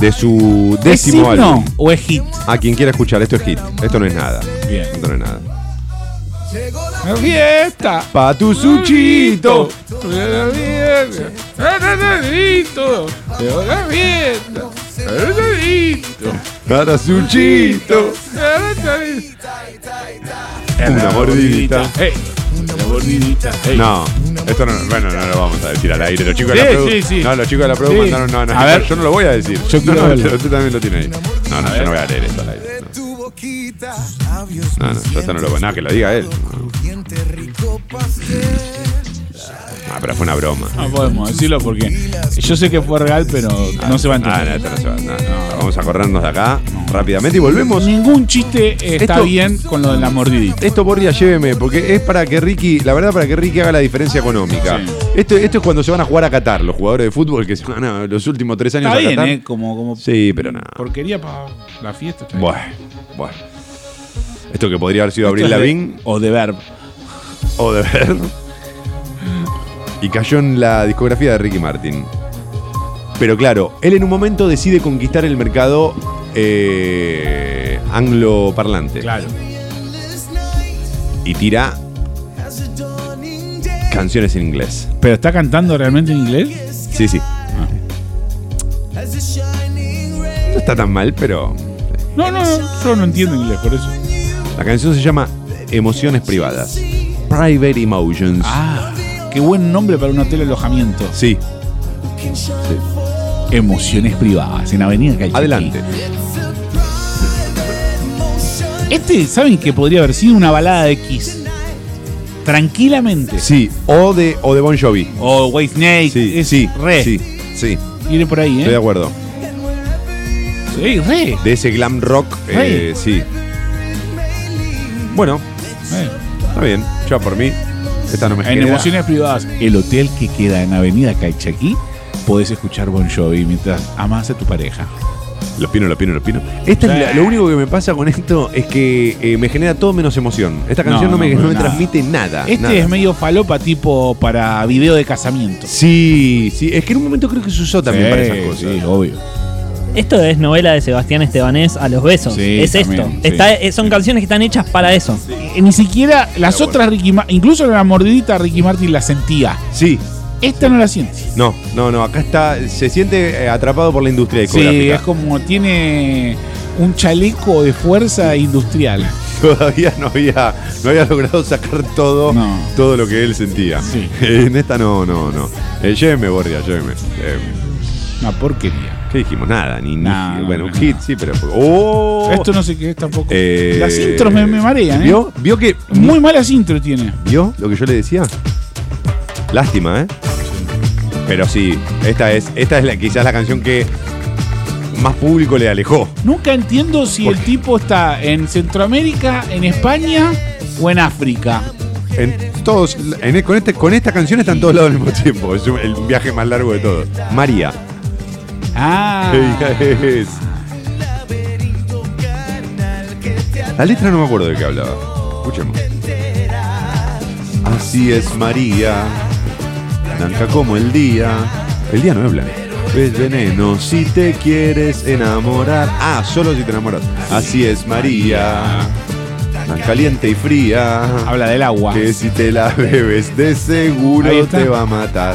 [SPEAKER 4] De su
[SPEAKER 3] ¿Es
[SPEAKER 4] décimo
[SPEAKER 3] himno
[SPEAKER 4] álbum.
[SPEAKER 3] o es hit?
[SPEAKER 4] A quien quiera escuchar, esto es hit. Esto no es nada.
[SPEAKER 3] Bien.
[SPEAKER 4] Esto no es nada.
[SPEAKER 3] ¡Fiesta!
[SPEAKER 4] Pa' tu suchito. Para suchito. Una mordidita.
[SPEAKER 3] Ey, una mordidita. Ey.
[SPEAKER 4] No, esto no, bueno, no lo vamos a decir al aire. Los chicos de
[SPEAKER 3] Sí,
[SPEAKER 4] la Pro.
[SPEAKER 3] sí, sí.
[SPEAKER 4] No, los chicos de la Pro
[SPEAKER 3] Sí.
[SPEAKER 4] mandaron. No, no,
[SPEAKER 3] A ver.
[SPEAKER 4] yo no lo voy a decir.
[SPEAKER 3] Yo
[SPEAKER 4] no,
[SPEAKER 3] quiero
[SPEAKER 4] no,
[SPEAKER 3] verlo.
[SPEAKER 4] usted también lo tiene ahí. No, no, yo no voy a leer esto al aire. No, no, no yo esto no lo voy a. No, que lo diga él. No. Ah, pero fue una broma.
[SPEAKER 3] No podemos decirlo porque yo sé que fue real, pero no se va a
[SPEAKER 4] Ah, no,
[SPEAKER 3] entender.
[SPEAKER 4] esto no se va. no, no. Vamos a corrernos de acá rápidamente y volvemos.
[SPEAKER 3] Ningún chiste está
[SPEAKER 4] Esto-
[SPEAKER 3] bien con lo de la mordidita.
[SPEAKER 4] Esto, Borria, lléveme, porque es para que Ricky, la verdad, para que Ricky haga la diferencia económica.
[SPEAKER 3] Sí.
[SPEAKER 4] Esto, esto es cuando se van a jugar a Qatar, los jugadores de fútbol que se van a los últimos tres años
[SPEAKER 3] Está
[SPEAKER 4] a
[SPEAKER 3] bien,
[SPEAKER 4] Qatar.
[SPEAKER 3] ¿eh? Como, como
[SPEAKER 4] Sí, pero nada.
[SPEAKER 3] porquería para la fiesta. está bien.
[SPEAKER 4] Bueno, bueno. Esto que podría haber sido
[SPEAKER 3] Esto
[SPEAKER 4] Abril
[SPEAKER 3] es de-
[SPEAKER 4] Lavín
[SPEAKER 3] O de verb.
[SPEAKER 4] o de ver. Y cayó en la discografía de Ricky Martin. Pero claro, él en un momento decide conquistar el mercado eh, angloparlante.
[SPEAKER 3] Claro.
[SPEAKER 4] Y tira canciones en inglés.
[SPEAKER 3] ¿Pero está cantando realmente en inglés?
[SPEAKER 4] Sí, sí. No está tan mal, pero
[SPEAKER 3] No, no, no, yo no entiendo inglés, por eso.
[SPEAKER 4] la canción se llama Emociones Privadas. Private Emotions.
[SPEAKER 3] Ah, qué buen nombre para un hotel alojamiento.
[SPEAKER 4] Sí,
[SPEAKER 3] Emociones privadas en Avenida Calchaquí.
[SPEAKER 4] adelante.
[SPEAKER 3] Este, ¿saben que podría haber sido una balada de Kiss? Tranquilamente.
[SPEAKER 4] Sí, o de, o de Bon Jovi.
[SPEAKER 3] O White Snake.
[SPEAKER 4] Sí,
[SPEAKER 3] es
[SPEAKER 4] sí,
[SPEAKER 3] Re.
[SPEAKER 4] sí, sí,
[SPEAKER 3] Viene por ahí,
[SPEAKER 4] estoy de
[SPEAKER 3] ¿eh?
[SPEAKER 4] acuerdo.
[SPEAKER 3] Sí, re.
[SPEAKER 4] De ese glam rock, eh, sí. Bueno,
[SPEAKER 3] Eh.
[SPEAKER 4] está bien, ya por mí. Esta no me
[SPEAKER 3] En
[SPEAKER 4] genera.
[SPEAKER 3] Emociones Privadas, el hotel que queda en Avenida Calchaquí, podés escuchar Bon Jovi mientras amas a tu pareja.
[SPEAKER 4] Lo opino, lo opino, lo opino. Esta es
[SPEAKER 3] Sí.
[SPEAKER 4] la- lo único que me pasa con esto es que eh, me genera todo menos emoción. Esta
[SPEAKER 3] No,
[SPEAKER 4] canción no,
[SPEAKER 3] no,
[SPEAKER 4] me,
[SPEAKER 3] pero
[SPEAKER 4] no me
[SPEAKER 3] nada.
[SPEAKER 4] transmite nada.
[SPEAKER 3] Este
[SPEAKER 4] Ah, nada.
[SPEAKER 3] es medio falopa tipo para video de casamiento.
[SPEAKER 4] Sí, sí, es que en un momento creo que se usó también para esas cosas.
[SPEAKER 3] Sí, obvio.
[SPEAKER 5] Esto es novela de Sebastián Estebanés a los besos.
[SPEAKER 3] Sí,
[SPEAKER 5] es
[SPEAKER 3] también,
[SPEAKER 5] esto.
[SPEAKER 3] sí.
[SPEAKER 5] Está- eh, son canciones que están hechas para eso.
[SPEAKER 3] Eh, Ni siquiera las otras Ricky Martin, incluso la mordidita Ricky Martin la sentía.
[SPEAKER 4] Sí,
[SPEAKER 3] Esta no la sientes.
[SPEAKER 4] no, no, no, acá está, se siente eh, atrapado por la industria
[SPEAKER 3] Sí,
[SPEAKER 4] discográfica.
[SPEAKER 3] es como tiene un chaleco de fuerza industrial.
[SPEAKER 4] Todavía no había, no había logrado sacar todo,
[SPEAKER 3] No.
[SPEAKER 4] todo lo que él sentía.
[SPEAKER 3] Sí.
[SPEAKER 4] En esta no, no, no. Eh, lléveme, Borria, lléveme. Eh,
[SPEAKER 3] Una porquería.
[SPEAKER 4] ¿Qué dijimos? Nada, ni, ni-
[SPEAKER 3] Nah, no,
[SPEAKER 4] Bueno, un
[SPEAKER 3] no,
[SPEAKER 4] hit, sí, pero. ¡Oh!
[SPEAKER 3] Esto no sé qué es tampoco.
[SPEAKER 4] Eh,
[SPEAKER 3] las intros me, me marean, ¿eh?
[SPEAKER 4] ¿Vio? ¿Vio que.
[SPEAKER 3] Muy malas intros tiene.
[SPEAKER 4] ¿Vio lo que yo le decía? Lástima, ¿eh? Pero sí, esta es, esta es la, quizás la canción que más público le alejó.
[SPEAKER 3] Nunca entiendo si
[SPEAKER 4] ¿Por
[SPEAKER 3] el
[SPEAKER 4] qué?
[SPEAKER 3] tipo está en Centroamérica, en España o en África.
[SPEAKER 4] En todos, en- con, este- con esta canción está en todos lados al mismo tiempo. Es un- el viaje más largo de todos. María.
[SPEAKER 3] Ah,
[SPEAKER 4] ¿Qué hija es? La letra no me acuerdo de qué hablaba. Escuchemos. Así es María, blanca como el día. El día no es blanco. Es veneno si te quieres enamorar. Ah, solo si te enamoras. Así es María, tan caliente y fría.
[SPEAKER 3] habla del agua.
[SPEAKER 4] Que si te la bebes de seguro
[SPEAKER 3] Ahí está.
[SPEAKER 4] te va a matar.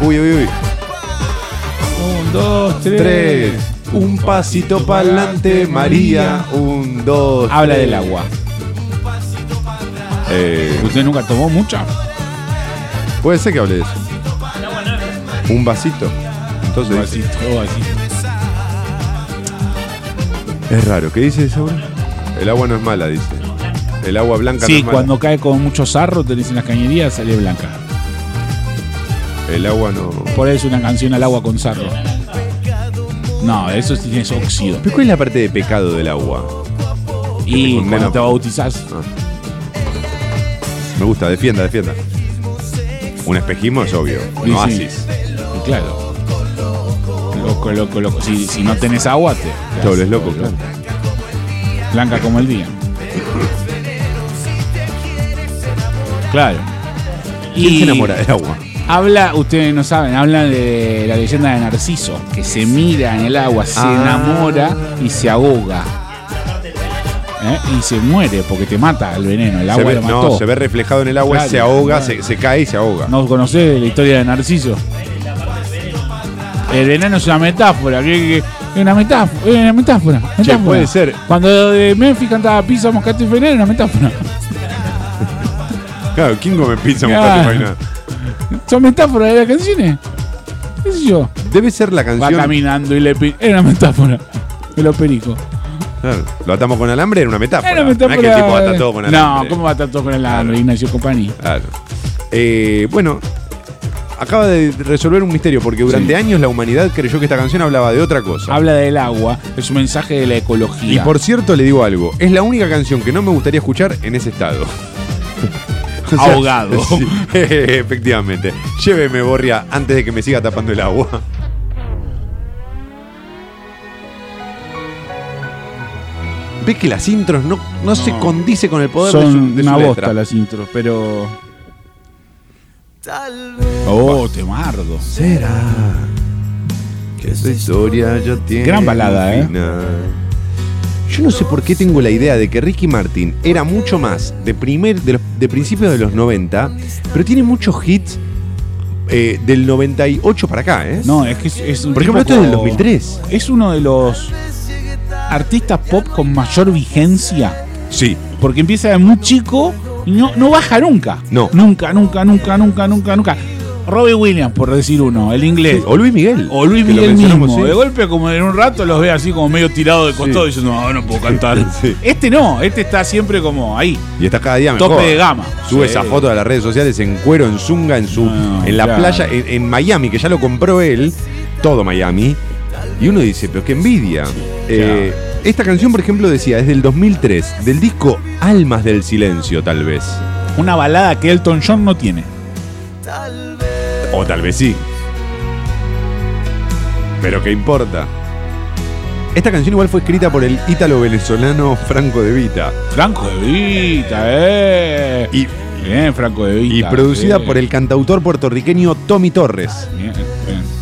[SPEAKER 4] Uy, uy, uy.
[SPEAKER 3] Un, dos, tres.
[SPEAKER 4] Tres. Un pasito para adelante, María. Un, dos.
[SPEAKER 3] Habla
[SPEAKER 4] tres.
[SPEAKER 3] del agua.
[SPEAKER 4] Eh,
[SPEAKER 3] ¿Usted nunca tomó mucha?
[SPEAKER 4] puede ser que hable de eso. Un vasito. Entonces,
[SPEAKER 3] Así, todo así.
[SPEAKER 4] es raro. ¿Qué dice esa El agua no es mala, dice. El agua blanca no
[SPEAKER 3] Sí,
[SPEAKER 4] es mala.
[SPEAKER 3] cuando cae con mucho sarro, tenés en las cañerías, sale blanca.
[SPEAKER 4] El agua no.
[SPEAKER 3] Por eso una canción al agua con sarro. No, eso sí es óxido.
[SPEAKER 4] ¿Pero cuál es la parte de pecado del agua?
[SPEAKER 3] Y
[SPEAKER 4] condena.
[SPEAKER 3] cuando te bautizás,
[SPEAKER 4] Ah, Me gusta, defienda, defienda. Un espejismo es obvio.
[SPEAKER 3] Sí,
[SPEAKER 4] Un oasis.
[SPEAKER 3] sí. y claro. Loco, loco, loco. Si, si no tenés agua, te.
[SPEAKER 4] Te volvés loco, claro.
[SPEAKER 3] Blanca como el día. Claro.
[SPEAKER 4] ¿Quién se enamora del agua?
[SPEAKER 3] Habla, ustedes no saben, habla de la leyenda de Narciso, que se mira en el agua, se
[SPEAKER 4] Ah.
[SPEAKER 3] enamora y se ahoga. ¿Eh? Y se muere porque te mata el veneno, el agua
[SPEAKER 4] se ve,
[SPEAKER 3] lo mató.
[SPEAKER 4] no, se ve reflejado en el agua,
[SPEAKER 3] Claro,
[SPEAKER 4] se ahoga,
[SPEAKER 3] claro.
[SPEAKER 4] se, se cae y se ahoga.
[SPEAKER 3] ¿No conocés la historia de Narciso? El veneno es una metáfora, que, que- es una metáfora, es una metáfora. metáfora.
[SPEAKER 4] puede ser.
[SPEAKER 3] Cuando de Memphis cantaba Pisa, Moscato y Veneno, una metáfora.
[SPEAKER 4] Claro, ¿quién come pizza
[SPEAKER 3] Claro.
[SPEAKER 4] mostaza y vaina?
[SPEAKER 3] Son metáforas de las canciones. ¿Qué sé yo?
[SPEAKER 4] Debe ser la
[SPEAKER 3] Va
[SPEAKER 4] canción.
[SPEAKER 3] caminando y le pide. Era una metáfora. Me lo perico.
[SPEAKER 4] Claro, Lo atamos con alambre, era una metáfora.
[SPEAKER 3] Era una
[SPEAKER 4] No
[SPEAKER 3] metáfora.
[SPEAKER 4] es que el tipo ata todo con alambre.
[SPEAKER 3] No, ¿cómo va a estar todo con el alambre, Ignacio Company?
[SPEAKER 4] Claro. Eh, bueno, acaba de resolver un misterio porque durante
[SPEAKER 3] Sí.
[SPEAKER 4] años la humanidad creyó que esta canción hablaba de otra cosa.
[SPEAKER 3] Habla del agua, es un mensaje de la
[SPEAKER 4] y
[SPEAKER 3] ecología.
[SPEAKER 4] por cierto, le digo algo: es la única canción que no me gustaría escuchar en ese estado. O sea,
[SPEAKER 3] Ahogado.
[SPEAKER 4] sí, efectivamente. Lléveme, Borria, antes de que me siga tapando el agua. ¿Ves que las intros no, no, se condice con el poder de
[SPEAKER 3] Son
[SPEAKER 4] su, de su
[SPEAKER 3] una
[SPEAKER 4] letra?
[SPEAKER 3] bosta las intros, pero. Oh, te mardo.
[SPEAKER 4] Será que esta historia ya tiene.
[SPEAKER 3] Gran balada,
[SPEAKER 4] un
[SPEAKER 3] ¿eh?
[SPEAKER 4] final? Yo no sé por qué tengo la idea de que Ricky Martin era mucho más de, primer, de, los- de principios de los 90, pero tiene muchos hits eh, del 98 para acá, ¿eh?
[SPEAKER 3] No, es que es, es un
[SPEAKER 4] Por ejemplo,
[SPEAKER 3] tipo
[SPEAKER 4] esto es del
[SPEAKER 3] como-
[SPEAKER 4] 2003.
[SPEAKER 3] Es uno de los artistas pop con mayor vigencia.
[SPEAKER 4] Sí.
[SPEAKER 3] Porque empieza de muy chico y no, no baja nunca.
[SPEAKER 4] No.
[SPEAKER 3] Nunca, nunca, nunca, nunca, nunca, nunca. Robbie Williams, por decir uno, el inglés.
[SPEAKER 4] O Luis Miguel.
[SPEAKER 3] O Luis
[SPEAKER 4] que lo
[SPEAKER 3] Miguel
[SPEAKER 4] mencionamos, ¿eh?
[SPEAKER 3] mismo.
[SPEAKER 4] sí.
[SPEAKER 3] De golpe, como en un rato, los ve así como medio tirado de costado diciendo, no, no puedo cantar.
[SPEAKER 4] Sí.
[SPEAKER 3] Este no, este está siempre como ahí,
[SPEAKER 4] Y está cada día mejor.
[SPEAKER 3] tope de gama.
[SPEAKER 4] Sube
[SPEAKER 3] Sí.
[SPEAKER 4] esa foto a las redes sociales en cuero, en zunga, en su,
[SPEAKER 3] No,
[SPEAKER 4] en la
[SPEAKER 3] claro.
[SPEAKER 4] playa, en, en Miami, que ya lo compró él, todo Miami. Y uno dice, pero qué envidia. Eh, esta canción, por ejemplo, decía, es del 2003, del disco Almas del Silencio, tal vez.
[SPEAKER 3] Una balada que Elton John no tiene.
[SPEAKER 4] O tal vez sí. Pero qué importa. Esta canción igual fue escrita por el ítalo-venezolano Franco De Vita
[SPEAKER 3] Franco de Vita, eh.
[SPEAKER 4] y,
[SPEAKER 3] Bien, Franco de Vita.
[SPEAKER 4] y producida
[SPEAKER 3] eh.
[SPEAKER 4] por el cantautor puertorriqueño Tommy Torres.
[SPEAKER 3] Bien, bien.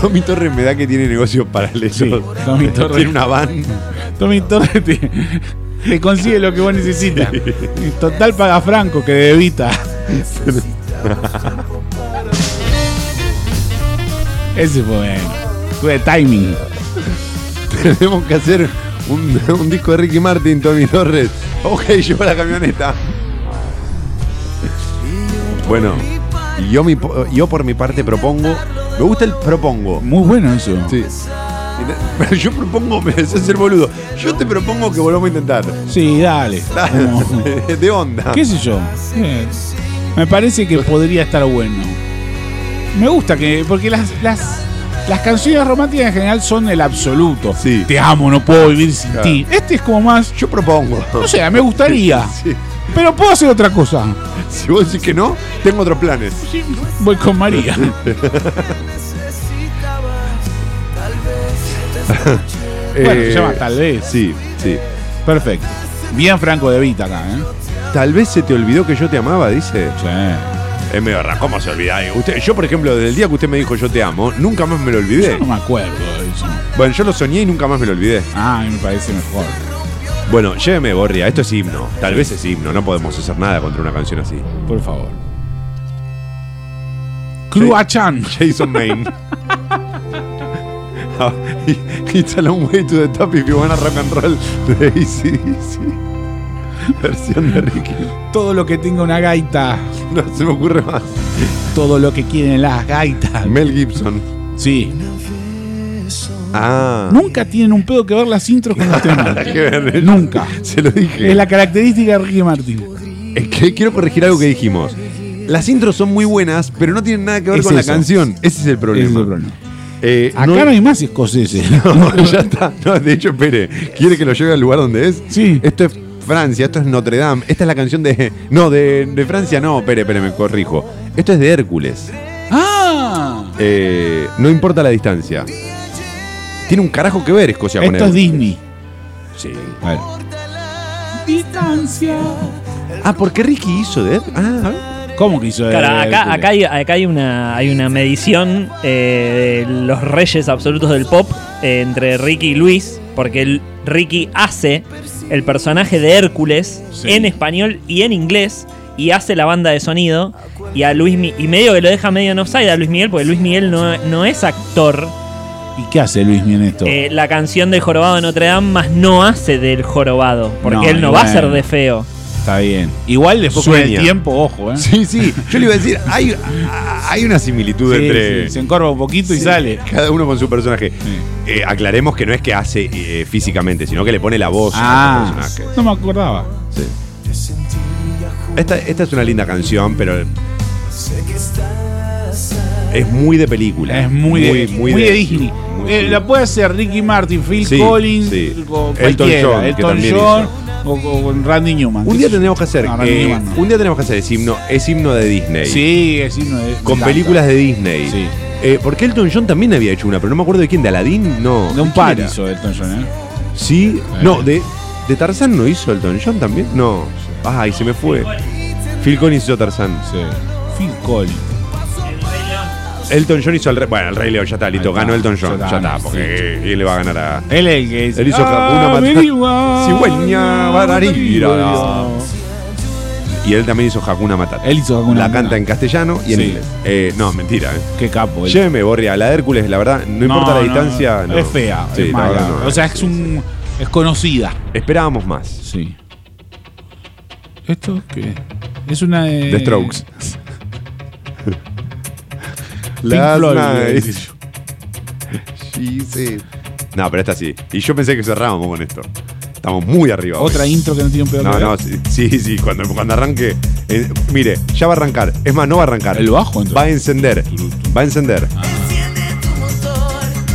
[SPEAKER 4] Tommy Torres me da que tiene negocios paralelos.
[SPEAKER 3] Sí, Tommy Torres.
[SPEAKER 4] Tiene una van.
[SPEAKER 3] Tommy Torres te, te consigue lo que vos necesitas. Y Total paga Franco que debita. Ese fue bueno. Tuve timing.
[SPEAKER 4] Tenemos que hacer un, un disco de Ricky Martin, Tommy Torres. Ok, lleva la camioneta. Bueno, yo, mi- yo por mi parte propongo. Me gusta el propongo.
[SPEAKER 3] Muy bueno eso.
[SPEAKER 4] Sí. Pero yo propongo, me haces ser boludo. Yo te propongo que volvamos a intentar.
[SPEAKER 3] Sí, dale. Como-
[SPEAKER 4] De onda.
[SPEAKER 3] ¿Qué sé yo? Bien. Me parece que podría estar bueno. Me gusta que. Porque las, las, las canciones románticas en general son el absoluto.
[SPEAKER 4] Sí.
[SPEAKER 3] Te amo, no puedo vivir sin
[SPEAKER 4] Claro.
[SPEAKER 3] ti. Este es como más.
[SPEAKER 4] Yo propongo.
[SPEAKER 3] No sé, me gustaría.
[SPEAKER 4] Sí.
[SPEAKER 3] Pero puedo hacer otra cosa.
[SPEAKER 4] Si vos decís que no, tengo otros planes.
[SPEAKER 3] Voy con María. Bueno, se
[SPEAKER 4] Eh,
[SPEAKER 3] llama Tal vez.
[SPEAKER 4] Sí, sí.
[SPEAKER 3] Perfecto. Bien Franco de Vita acá, ¿eh?
[SPEAKER 4] Tal vez se te olvidó que yo te amaba, dice.
[SPEAKER 3] Sí.
[SPEAKER 4] Es medio raro, ¿cómo se olvida? Eh, Usted, yo, por ejemplo, desde el día que usted me dijo yo te amo, nunca más me lo olvidé.
[SPEAKER 3] Yo no me acuerdo de eso.
[SPEAKER 4] Bueno, yo lo soñé y nunca más me lo olvidé.
[SPEAKER 3] Ah, me parece mejor.
[SPEAKER 4] Bueno, lléveme, Borria, esto es himno. Tal vez es himno, no podemos hacer nada contra una canción así.
[SPEAKER 3] Por favor. Cluachan.
[SPEAKER 4] Jason Maine. Ah, y- It's a long way to the top if you wanna rock and roll de AC/DC. Versión de Ricky.
[SPEAKER 3] Todo lo que tenga una gaita.
[SPEAKER 4] No se me ocurre más.
[SPEAKER 3] Todo lo que quieren las gaitas.
[SPEAKER 4] Mel Gibson.
[SPEAKER 3] Sí.
[SPEAKER 4] Ah.
[SPEAKER 3] Nunca tienen un pedo que ver las intros con los temas.
[SPEAKER 4] Nada que ver.
[SPEAKER 3] Nunca.
[SPEAKER 4] Se lo dije.
[SPEAKER 3] Es la característica de Ricky Martin.
[SPEAKER 4] Es que quiero corregir algo que dijimos. Las intros son muy buenas, pero no tienen nada que ver
[SPEAKER 3] Es
[SPEAKER 4] con
[SPEAKER 3] eso.
[SPEAKER 4] la canción. Ese es el problema.
[SPEAKER 3] Ese es el problema.
[SPEAKER 4] Eh,
[SPEAKER 3] Acá no, hay más escoceses.
[SPEAKER 4] No, ya está. No, de hecho, espere. ¿Quiere que lo lleve al lugar donde es?
[SPEAKER 3] Sí.
[SPEAKER 4] Esto es Francia, esto es Notre Dame. Esta es la canción de. No, de, de Francia no, espere, espere, me corrijo. Esto es de Hércules.
[SPEAKER 3] ¡Ah!
[SPEAKER 4] Eh, no importa la distancia. Tiene un carajo que ver Escocia con
[SPEAKER 3] Esto es
[SPEAKER 4] él.
[SPEAKER 3] Disney.
[SPEAKER 4] Sí.
[SPEAKER 3] Distancia.
[SPEAKER 4] Ah, ¿por qué Ricky hizo de Hércules? Ah, a ver.
[SPEAKER 3] ¿Cómo que hizo
[SPEAKER 5] Claro,
[SPEAKER 3] Hércules?
[SPEAKER 5] acá, acá, hay, acá hay una hay una medición eh, de los reyes absolutos del pop eh, entre Ricky y Luis, porque el- Ricky hace el personaje de Hércules
[SPEAKER 3] Sí.
[SPEAKER 5] en español y en inglés y hace la banda de sonido y a Luis Mi- y medio que lo deja medio en offside a Luis Miguel, porque Luis Miguel no, no es actor.
[SPEAKER 3] ¿Y qué hace Luis en esto?
[SPEAKER 5] Eh, la canción del jorobado de Notre Dame más no hace del jorobado, porque
[SPEAKER 3] No,
[SPEAKER 5] él no
[SPEAKER 3] y
[SPEAKER 5] va a
[SPEAKER 3] bueno.
[SPEAKER 5] ser de feo.
[SPEAKER 3] Está bien. Igual después con
[SPEAKER 4] Sueña.
[SPEAKER 3] el tiempo, ojo, ¿eh?
[SPEAKER 4] Sí, sí. Yo le iba a decir, hay, hay una similitud
[SPEAKER 3] Sí,
[SPEAKER 4] entre.
[SPEAKER 3] sí, Se encorva un poquito y sale.
[SPEAKER 4] Cada uno con su personaje. Eh, aclaremos que no es que hace eh, físicamente, sino que le pone la voz a su
[SPEAKER 3] Ah,
[SPEAKER 4] personaje.
[SPEAKER 3] no me acordaba.
[SPEAKER 4] Esta, esta es una linda canción, pero. Es muy de película.
[SPEAKER 3] Es muy, de, muy de Disney.
[SPEAKER 4] Muy
[SPEAKER 3] Eh,
[SPEAKER 4] de-
[SPEAKER 3] la puede hacer Ricky Martin, Phil
[SPEAKER 4] Sí,
[SPEAKER 3] Collins,
[SPEAKER 4] sí.
[SPEAKER 3] o
[SPEAKER 4] Elton
[SPEAKER 3] cualquiera,
[SPEAKER 4] John, que
[SPEAKER 3] Elton
[SPEAKER 4] también
[SPEAKER 3] John o, o con Randy Newman.
[SPEAKER 4] Un día tendremos que hacer.
[SPEAKER 3] No, Randy
[SPEAKER 4] eh,
[SPEAKER 3] Newman no.
[SPEAKER 4] Un día tenemos que hacer es himno, es himno de Disney.
[SPEAKER 3] Sí, es himno de-
[SPEAKER 4] Con
[SPEAKER 3] me encanta.
[SPEAKER 4] películas de Disney.
[SPEAKER 3] Sí.
[SPEAKER 4] Eh, porque Elton John también había hecho una, pero no me acuerdo de quién, de Aladdin, no.
[SPEAKER 3] De un
[SPEAKER 4] ¿Quién
[SPEAKER 3] par
[SPEAKER 4] era?
[SPEAKER 3] hizo Elton John, ¿eh?
[SPEAKER 4] Sí, no, de, de Tarzán no hizo Elton John también. No, ay, se me fue. Phil Collins hizo Tarzán.
[SPEAKER 3] Sí. Phil Collins.
[SPEAKER 4] Elton John hizo el rey. Bueno, el rey León ya está, listo.
[SPEAKER 3] Ahí está.
[SPEAKER 4] Ganó Elton John.
[SPEAKER 3] Ya
[SPEAKER 4] Ya
[SPEAKER 3] está,
[SPEAKER 4] está, porque él le va a ganar a.
[SPEAKER 3] Él es el que dice.
[SPEAKER 4] Él hizo una
[SPEAKER 3] "Ah,
[SPEAKER 4] mata-
[SPEAKER 3] averigua,
[SPEAKER 4] Cigüeña, bararira".
[SPEAKER 3] averigua".
[SPEAKER 4] Y él también hizo Hakuna Matata.
[SPEAKER 3] Él hizo Hakuna
[SPEAKER 4] La
[SPEAKER 3] Matata.
[SPEAKER 4] canta en castellano y en
[SPEAKER 3] Sí.
[SPEAKER 4] inglés. Eh, no, mentira. Eh.
[SPEAKER 3] Qué capo. él.
[SPEAKER 4] Lléveme, Borria. La de Hércules, la verdad, no, importa la distancia. no.
[SPEAKER 3] Es fea,
[SPEAKER 4] Sí,
[SPEAKER 3] es
[SPEAKER 4] la
[SPEAKER 3] mala.
[SPEAKER 4] verdad, no,
[SPEAKER 3] o sea,
[SPEAKER 4] sí.
[SPEAKER 3] es un. es conocida.
[SPEAKER 4] Esperábamos más.
[SPEAKER 3] Sí. ¿Esto qué? Es una de.
[SPEAKER 4] The Strokes.
[SPEAKER 3] Pink
[SPEAKER 4] Last
[SPEAKER 3] Floyd,
[SPEAKER 4] night.
[SPEAKER 3] hubiera dicho.
[SPEAKER 4] She said. No, pero esta sí. Y yo pensé que cerrábamos con esto. Estamos muy arriba. hoy.
[SPEAKER 3] Otra intro que no tiene un pedo.
[SPEAKER 4] No,
[SPEAKER 3] que
[SPEAKER 4] no,
[SPEAKER 3] ver.
[SPEAKER 4] sí, sí, sí, cuando, cuando arranque. eh, mire, ya va a arrancar. Es más, no va a arrancar.
[SPEAKER 3] El bajo, entonces.
[SPEAKER 4] Va a encender. Va a encender.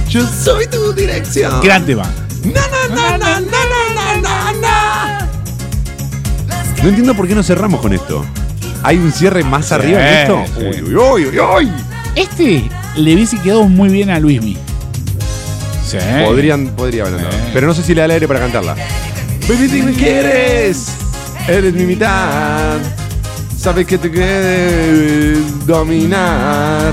[SPEAKER 4] Yo soy tu dirección.
[SPEAKER 3] Gran tema.
[SPEAKER 4] No entiendo por qué no cerramos con esto. ¿Hay un cierre más arriba que esto?
[SPEAKER 3] sí.
[SPEAKER 4] Uy, uy, uy, uy.
[SPEAKER 3] Este le hubiese quedado muy bien a Luismi. Sí.
[SPEAKER 4] Podrían, podría haber andado.
[SPEAKER 3] Eh.
[SPEAKER 4] Pero no sé si le da el aire para cantarla. Baby, si me quieres, eres mi mitad. Sabes que te quieres dominar.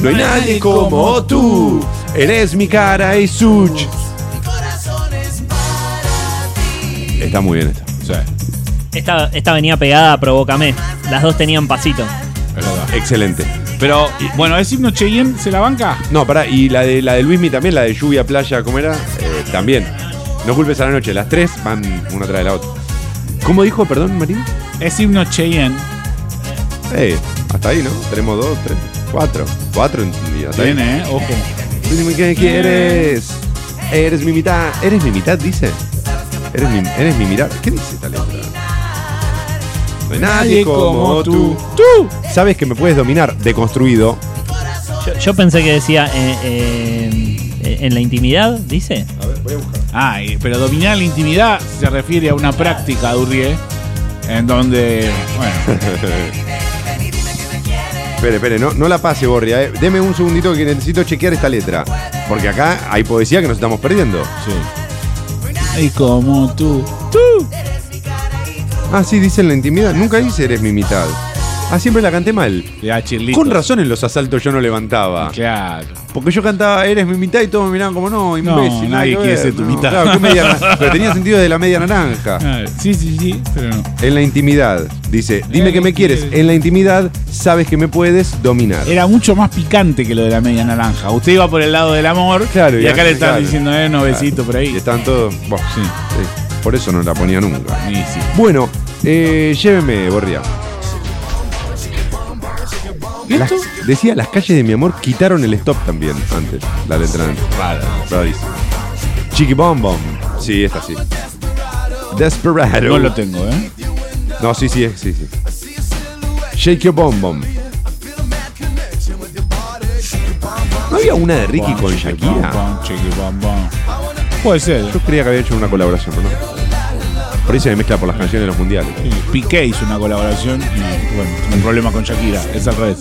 [SPEAKER 4] No hay nadie como tú. Eres mi cara y such. Está muy bien esto.
[SPEAKER 3] Sí, es
[SPEAKER 5] Esta, esta venía pegada a Provócame. Las dos tenían pasito.
[SPEAKER 3] verdad.
[SPEAKER 4] Excelente.
[SPEAKER 3] Pero, bueno, es himno Cheyenne, ¿se la banca?
[SPEAKER 4] No, pará, y la de, la de Luismi también, la de lluvia, playa, ¿cómo era? Eh, también. No culpes a la noche, las tres van una tras de la otra. ¿Cómo dijo, perdón, Marín?
[SPEAKER 3] Es himno Cheyenne.
[SPEAKER 4] Eh, hasta ahí, ¿no? Tenemos dos, tres, cuatro. Cuatro en y hasta ahí.
[SPEAKER 3] Tiene, eh, ojo.
[SPEAKER 4] Dime qué quieres. Eres mi mitad. Eres mi mitad, dice. Eres mi, eres mi mitad. ¿Qué dice esta letra? No hay nadie como tú.
[SPEAKER 3] Tú.
[SPEAKER 4] Sabes que me puedes dominar. Deconstruido.
[SPEAKER 5] Yo, yo pensé que decía eh, eh, en la intimidad, dice.
[SPEAKER 4] A ver, voy a buscar.
[SPEAKER 3] Ah, y- pero dominar la intimidad se refiere a una práctica, Durrié, en donde, bueno,
[SPEAKER 4] Espere, espere, no, no la pase, Borria. eh. Deme un segundito que necesito chequear esta letra. Porque acá hay poesía que nos estamos perdiendo.
[SPEAKER 3] sí. Y como tú, tú.
[SPEAKER 4] Ah, sí, dice en la intimidad. Nunca dice eres mi mitad. Ah, siempre la canté mal.
[SPEAKER 3] Le da chirlito.
[SPEAKER 4] Con razón en los asaltos yo no levantaba.
[SPEAKER 3] Claro.
[SPEAKER 4] Porque yo cantaba Eres mi mitad y todos me miraban como no,
[SPEAKER 3] nadie
[SPEAKER 4] imbécil. nada que
[SPEAKER 3] quiere
[SPEAKER 4] ver,
[SPEAKER 3] ser tu
[SPEAKER 4] no".
[SPEAKER 3] mitad.
[SPEAKER 4] Claro, ¿qué media na- pero tenía sentido de la media naranja.
[SPEAKER 3] Ah, Sí, sí, sí, pero no.
[SPEAKER 4] En la intimidad, dice,
[SPEAKER 3] Eh,
[SPEAKER 4] dime que me quieres.
[SPEAKER 3] quieres.
[SPEAKER 4] En la intimidad sabes que me puedes dominar.
[SPEAKER 3] Era mucho más picante que lo de la media naranja. Usted iba por el lado del amor
[SPEAKER 4] Claro,
[SPEAKER 3] y,
[SPEAKER 4] y
[SPEAKER 3] acá le están
[SPEAKER 4] claro.
[SPEAKER 3] diciendo, eh, no, besito por
[SPEAKER 4] Y
[SPEAKER 3] ahí.
[SPEAKER 4] estaban todos. buah,
[SPEAKER 3] Sí.
[SPEAKER 4] sí, Por eso no la ponía nunca.
[SPEAKER 3] Y sí.
[SPEAKER 4] Bueno, eh, lléveme, Borria. Las- decía las calles de mi amor quitaron el stop también antes, la letra antes. Rarísimo. Chiqui Bom Bom. Sí, esta sí. Desperado.
[SPEAKER 3] No lo tengo, ¿eh?
[SPEAKER 4] No, sí, sí, sí, sí. Shake Your Bom Bom. ¿No había una de Ricky con Shakira?
[SPEAKER 3] Chiqui Bom Bom. Puede ser.
[SPEAKER 4] Yo creía que había hecho una colaboración, pero no. Por ahí se me mezcla por las canciones de los mundiales.
[SPEAKER 3] Sí, Piqué hizo una colaboración y bueno, un problema con Shakira, es al revés.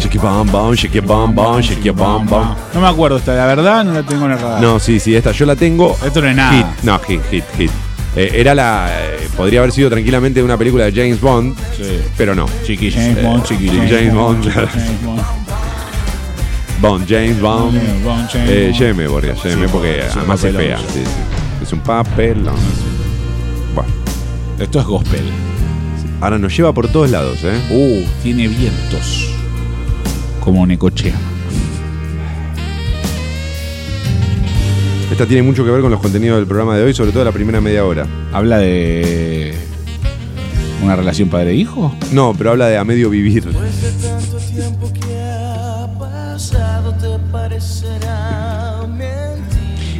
[SPEAKER 4] Shake Your Bom Bom, Shake Your Bom Bom, Shake Your Bom Bom.
[SPEAKER 3] No me acuerdo esta, la verdad no la tengo en el radar.
[SPEAKER 4] No, sí, sí, esta yo la tengo.
[SPEAKER 3] Esto no es nada.
[SPEAKER 4] Hit, no, hit, hit, hit. Eh, era la. eh, podría haber sido tranquilamente una película de James Bond,
[SPEAKER 3] Sí.
[SPEAKER 4] pero no.
[SPEAKER 3] Chiqui James Bond, Chiqui
[SPEAKER 4] James Bond, claro.
[SPEAKER 3] James Bond,
[SPEAKER 4] Bond, James Bond.
[SPEAKER 3] James Bond, James
[SPEAKER 4] Eh,
[SPEAKER 3] Bond.
[SPEAKER 4] Yeme, Borja, Yeme,
[SPEAKER 3] Sí,
[SPEAKER 4] porque
[SPEAKER 3] es un
[SPEAKER 4] además es fea.
[SPEAKER 3] papelón.
[SPEAKER 4] Sí, sí. Es un papelón. Bueno,
[SPEAKER 3] Esto es gospel.
[SPEAKER 4] ahora nos lleva por todos lados, ¿eh?
[SPEAKER 3] Uh, tiene vientos. Como Necochea.
[SPEAKER 4] Esta tiene mucho que ver con los contenidos del programa de hoy, sobre todo la primera media hora.
[SPEAKER 3] Habla de. Una relación padre-hijo.
[SPEAKER 4] No, pero habla de a medio vivir.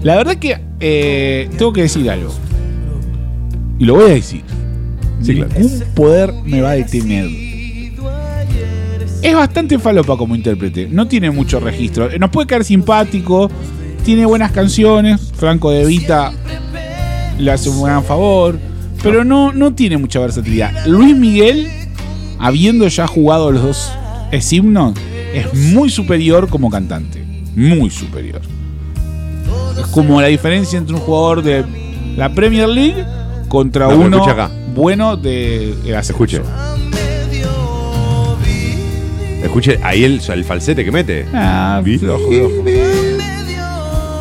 [SPEAKER 3] La verdad que eh, tengo que decir algo. Y lo voy a decir.
[SPEAKER 4] Sí, claro.
[SPEAKER 3] Ningún poder me va a detener. Es bastante falopa como intérprete. No tiene mucho registro. Nos puede caer simpático. Tiene buenas canciones. Franco de Vita le hace un gran favor. Pero no, no tiene mucha versatilidad. Luis Miguel, habiendo ya jugado los dos es himno, es muy superior como cantante. Muy superior. Es como la diferencia entre un jugador de la Premier League contra
[SPEAKER 4] No, pero
[SPEAKER 3] uno
[SPEAKER 4] escucha acá.
[SPEAKER 3] bueno de el ascenso.
[SPEAKER 4] Escuche. Escuche ahí el, el falsete que mete.
[SPEAKER 3] Ah,
[SPEAKER 4] Vi-
[SPEAKER 3] flojo, flojo.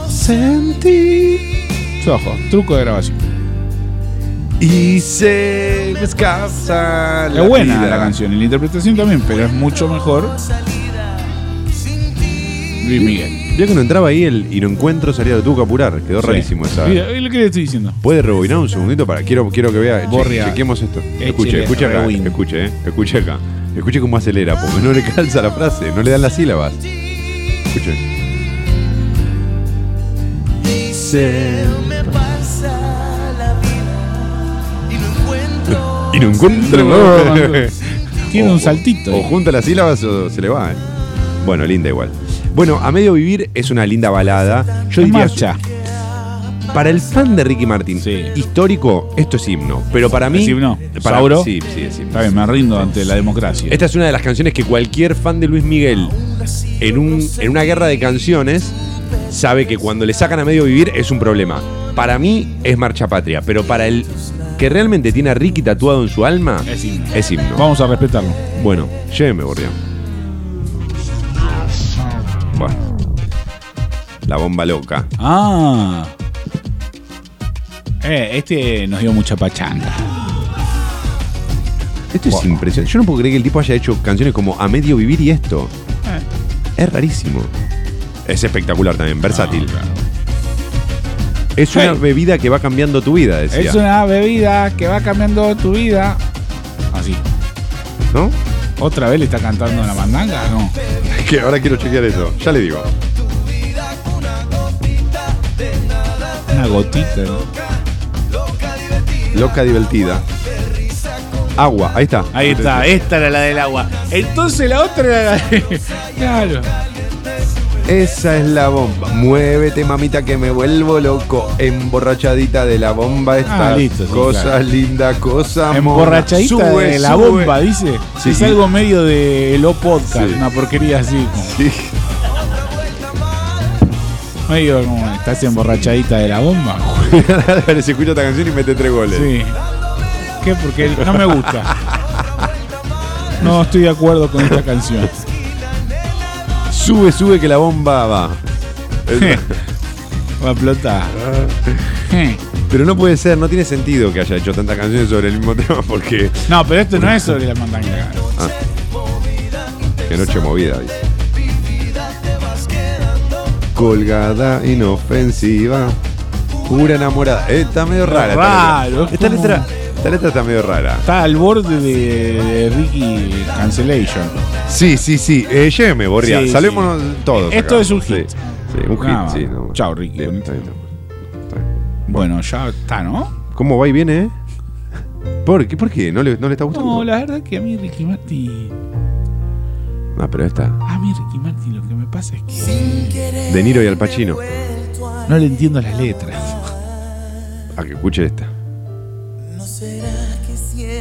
[SPEAKER 3] Sentí. Flojo, truco de grabación.
[SPEAKER 4] Y se me escapa
[SPEAKER 3] Es buena la canción y la interpretación también, pero es mucho mejor. Luis Miguel.
[SPEAKER 4] Ya que no entraba ahí el, y no encuentro, salía, lo tuvo que apurar. Quedó rarísimo
[SPEAKER 3] Sí.
[SPEAKER 4] esa.
[SPEAKER 3] Mira, es lo que le estoy diciendo.
[SPEAKER 4] ¿Puede rebobinar un segundito para? Quiero, quiero que vea. che-
[SPEAKER 3] Borria.
[SPEAKER 4] chequemos esto.
[SPEAKER 3] Échele
[SPEAKER 4] Escuche, escuche acá.
[SPEAKER 3] rewind.
[SPEAKER 4] Escuche, eh. Escuche acá. Escuche cómo acelera, porque no le calza la frase, no le dan las sílabas. Escuche. Y no encuentro.
[SPEAKER 3] Tiene
[SPEAKER 4] O-
[SPEAKER 3] un saltito.
[SPEAKER 4] O junta las sílabas o se le va. eh. Bueno, linda igual. Bueno, A Medio Vivir es una linda balada. Yo
[SPEAKER 3] En
[SPEAKER 4] diría.
[SPEAKER 3] marcha.
[SPEAKER 4] Para el fan de Ricky Martin,
[SPEAKER 3] Sí.
[SPEAKER 4] histórico, esto es himno. Pero para mí.
[SPEAKER 3] ¿Es himno?
[SPEAKER 4] Para,
[SPEAKER 3] ¿Sauro?
[SPEAKER 4] Sí, sí, es himno.
[SPEAKER 3] Está bien, me rindo ante la democracia.
[SPEAKER 4] Esta es una de las canciones que cualquier fan de Luis Miguel en, un, en una guerra de canciones sabe que cuando le sacan a medio vivir es un problema. Para mí es Marcha Patria, pero para el que realmente tiene a Ricky tatuado en su alma
[SPEAKER 3] Es himno.
[SPEAKER 4] es himno.
[SPEAKER 3] Vamos a respetarlo.
[SPEAKER 4] Bueno, lléveme, Bordeón. Bueno. La bomba loca.
[SPEAKER 3] Ah. Eh, este nos dio mucha pachanga.
[SPEAKER 4] Esto es impresionante. Yo no puedo creer que el tipo haya hecho canciones como A Medio Vivir y esto. Es rarísimo. Es espectacular también, versátil. Es una
[SPEAKER 3] Hey.
[SPEAKER 4] bebida que va cambiando tu vida, decía.
[SPEAKER 3] Es una bebida que va cambiando tu vida. Así.
[SPEAKER 4] ¿No?
[SPEAKER 3] ¿Otra vez le está cantando la mandanga? No.
[SPEAKER 4] Que ahora quiero chequear eso. Ya le digo.
[SPEAKER 3] Una gotita.
[SPEAKER 4] Loca divertida. Agua, ahí está.
[SPEAKER 3] Ahí está, esta era la del agua. Entonces la otra era la de. Claro.
[SPEAKER 4] Esa es la bomba. Muévete, mamita, que me vuelvo loco. Emborrachadita de la bomba esta.
[SPEAKER 3] Ah, listo, sí,
[SPEAKER 4] cosa
[SPEAKER 3] claro.
[SPEAKER 4] linda, cosa
[SPEAKER 3] Emborrachadita
[SPEAKER 4] mona. Sube,
[SPEAKER 3] de la
[SPEAKER 4] sube.
[SPEAKER 3] bomba, dice.
[SPEAKER 4] Sí,
[SPEAKER 3] es
[SPEAKER 4] sí.
[SPEAKER 3] algo medio de lo podcast,
[SPEAKER 4] Sí.
[SPEAKER 3] una porquería así. como-
[SPEAKER 4] Sí.
[SPEAKER 3] Medio como estás emborrachadita de la bomba.
[SPEAKER 4] Dale, se escucha esta canción y mete tres goles.
[SPEAKER 3] Sí. ¿Qué? Porque no me gusta. No estoy de acuerdo con esta canción.
[SPEAKER 4] Sube, sube que la bomba va.
[SPEAKER 3] Va a explotar.
[SPEAKER 4] Ah.
[SPEAKER 3] Eh.
[SPEAKER 4] Pero no puede ser, no tiene sentido que haya hecho tantas canciones sobre el mismo tema porque.
[SPEAKER 3] No, pero esto no es sobre la mandanga.
[SPEAKER 4] Qué noche movida. dice. Colgada, inofensiva. Pura enamorada. Eh, Está medio rara. esta
[SPEAKER 3] Raro,
[SPEAKER 4] letra.
[SPEAKER 3] es
[SPEAKER 4] Esta
[SPEAKER 3] como-
[SPEAKER 4] letra Esta letra está medio rara.
[SPEAKER 3] Está al borde de, de Ricky Cancellation.
[SPEAKER 4] Sí, sí, sí. Eh, lléveme, Borria.
[SPEAKER 3] Sí,
[SPEAKER 4] Salvémonos todos.
[SPEAKER 3] Esto es un
[SPEAKER 4] Sí,
[SPEAKER 3] hit.
[SPEAKER 4] Sí, un hit,
[SPEAKER 3] Nada
[SPEAKER 4] sí.
[SPEAKER 3] más.
[SPEAKER 4] no.
[SPEAKER 3] Chao, Ricky.
[SPEAKER 4] Bien, está bien, está bien.
[SPEAKER 3] Bueno, ya está, ¿no?
[SPEAKER 4] ¿Cómo va y viene, eh? ¿Por qué? ¿Por qué? ¿No le, no le está gustando?
[SPEAKER 3] No, la verdad que a mí Ricky Martin.
[SPEAKER 4] Ah, pero esta.
[SPEAKER 3] A mí Ricky Martin lo que me pasa es que
[SPEAKER 4] De Niro y Al Pacino.
[SPEAKER 3] no le entiendo las letras.
[SPEAKER 4] A que escuche esta.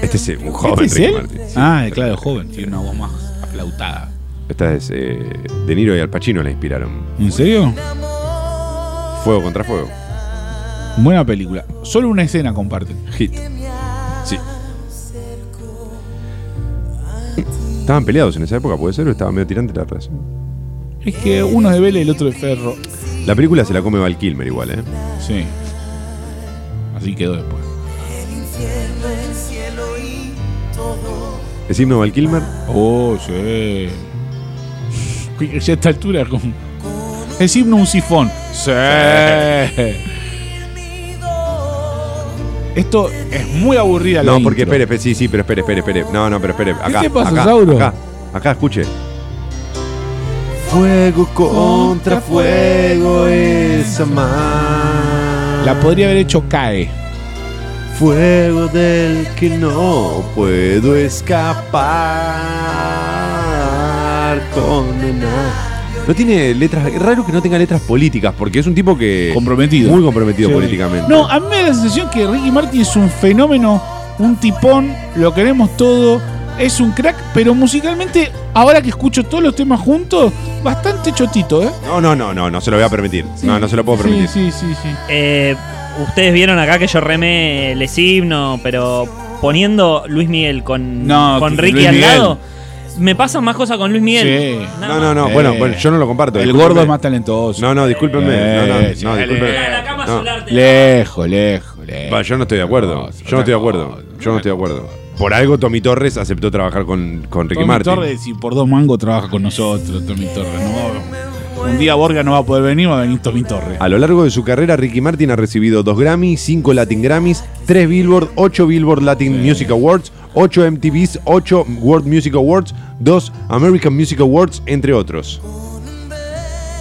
[SPEAKER 4] Este es eh, un joven
[SPEAKER 3] ¿Este es
[SPEAKER 4] Ricky
[SPEAKER 3] él?
[SPEAKER 4] Martin, sí.
[SPEAKER 3] Ah, claro, joven. Tiene una voz más aplautada.
[SPEAKER 4] Esta es. eh, de Niro y Al Pacino la inspiraron.
[SPEAKER 3] ¿En serio?
[SPEAKER 4] Fuego contra fuego.
[SPEAKER 3] Buena película. Solo una escena comparten.
[SPEAKER 4] Hit. Sí. Estaban peleados en esa época, puede ser, o estaba medio tirante la relación.
[SPEAKER 3] Es que uno es de Vélez y el otro de Ferro.
[SPEAKER 4] La película se la come Val Kilmer igual, ¿eh?
[SPEAKER 3] Sí. Así quedó después.
[SPEAKER 4] Es himno Val Kilmer.
[SPEAKER 3] Oh, sí. Ya a esta altura con... Es himno un sifón. Sí. Esto es muy aburrida la
[SPEAKER 4] No, porque
[SPEAKER 3] intro.
[SPEAKER 4] espere, espere, sí, sí, pero espere, espere, espere. No, no, pero espere. Acá,
[SPEAKER 3] te pasa,
[SPEAKER 4] acá,
[SPEAKER 3] Sauro?
[SPEAKER 4] Acá, acá, escuche. Fuego contra fuego es amar.
[SPEAKER 3] La podría haber hecho CAE.
[SPEAKER 4] Fuego del que no puedo escapar. Condenar. No tiene letras. es Raro que no tenga letras políticas, porque es un tipo que.
[SPEAKER 3] Comprometido.
[SPEAKER 4] Muy comprometido
[SPEAKER 3] Sí.
[SPEAKER 4] políticamente.
[SPEAKER 3] No, a mí me da la sensación que Ricky Martin es un fenómeno, un tipón, lo queremos todo, es un crack, pero musicalmente, ahora que escucho todos los temas juntos, bastante chotito, ¿eh?
[SPEAKER 4] no, no, no, no, no se lo voy a permitir. No, no se lo puedo permitir.
[SPEAKER 3] Sí, sí, sí, sí.
[SPEAKER 5] Eh, Ustedes vieron acá que yo remé el himno, pero poniendo Luis Miguel con,
[SPEAKER 3] No,
[SPEAKER 5] con
[SPEAKER 3] que-
[SPEAKER 5] Ricky
[SPEAKER 3] Luis
[SPEAKER 5] al
[SPEAKER 3] Miguel.
[SPEAKER 5] lado, me pasan más cosas con Luis Miguel.
[SPEAKER 3] Sí.
[SPEAKER 5] Nada
[SPEAKER 4] No, no,
[SPEAKER 5] más.
[SPEAKER 4] no.
[SPEAKER 3] Eh.
[SPEAKER 4] Bueno, bueno, yo no lo comparto.
[SPEAKER 3] El
[SPEAKER 4] discúlpeme.
[SPEAKER 3] gordo es más talentoso.
[SPEAKER 4] No, no, discúlpenme. no, no,
[SPEAKER 3] Eh,
[SPEAKER 4] no,
[SPEAKER 3] sí,
[SPEAKER 4] discúlpenme.
[SPEAKER 3] dale.
[SPEAKER 5] La cama
[SPEAKER 4] No.
[SPEAKER 5] solar te-
[SPEAKER 3] Lejos, lejos, lejos.
[SPEAKER 4] Va, yo no estoy de acuerdo.
[SPEAKER 3] Otra
[SPEAKER 4] Yo no estoy de
[SPEAKER 3] cosa,
[SPEAKER 4] acuerdo. Yo no estoy de acuerdo.
[SPEAKER 3] otra cosa.
[SPEAKER 4] Por algo Tommy Torres aceptó trabajar con, con Ricky
[SPEAKER 3] Tommy
[SPEAKER 4] Martin.
[SPEAKER 3] Torres, y por dos mangos trabaja con nosotros, Tommy Torres. No, un día Borga no va a poder venir, va a venir Tommy Torres.
[SPEAKER 4] A lo largo de su carrera, Ricky Martin ha recibido 2 Grammy, 5 Latin Grammys, 3 Billboard, 8 Billboard Latin Music Awards, 8 MTVs, 8 World Music Awards, 2 American Music Awards, entre otros.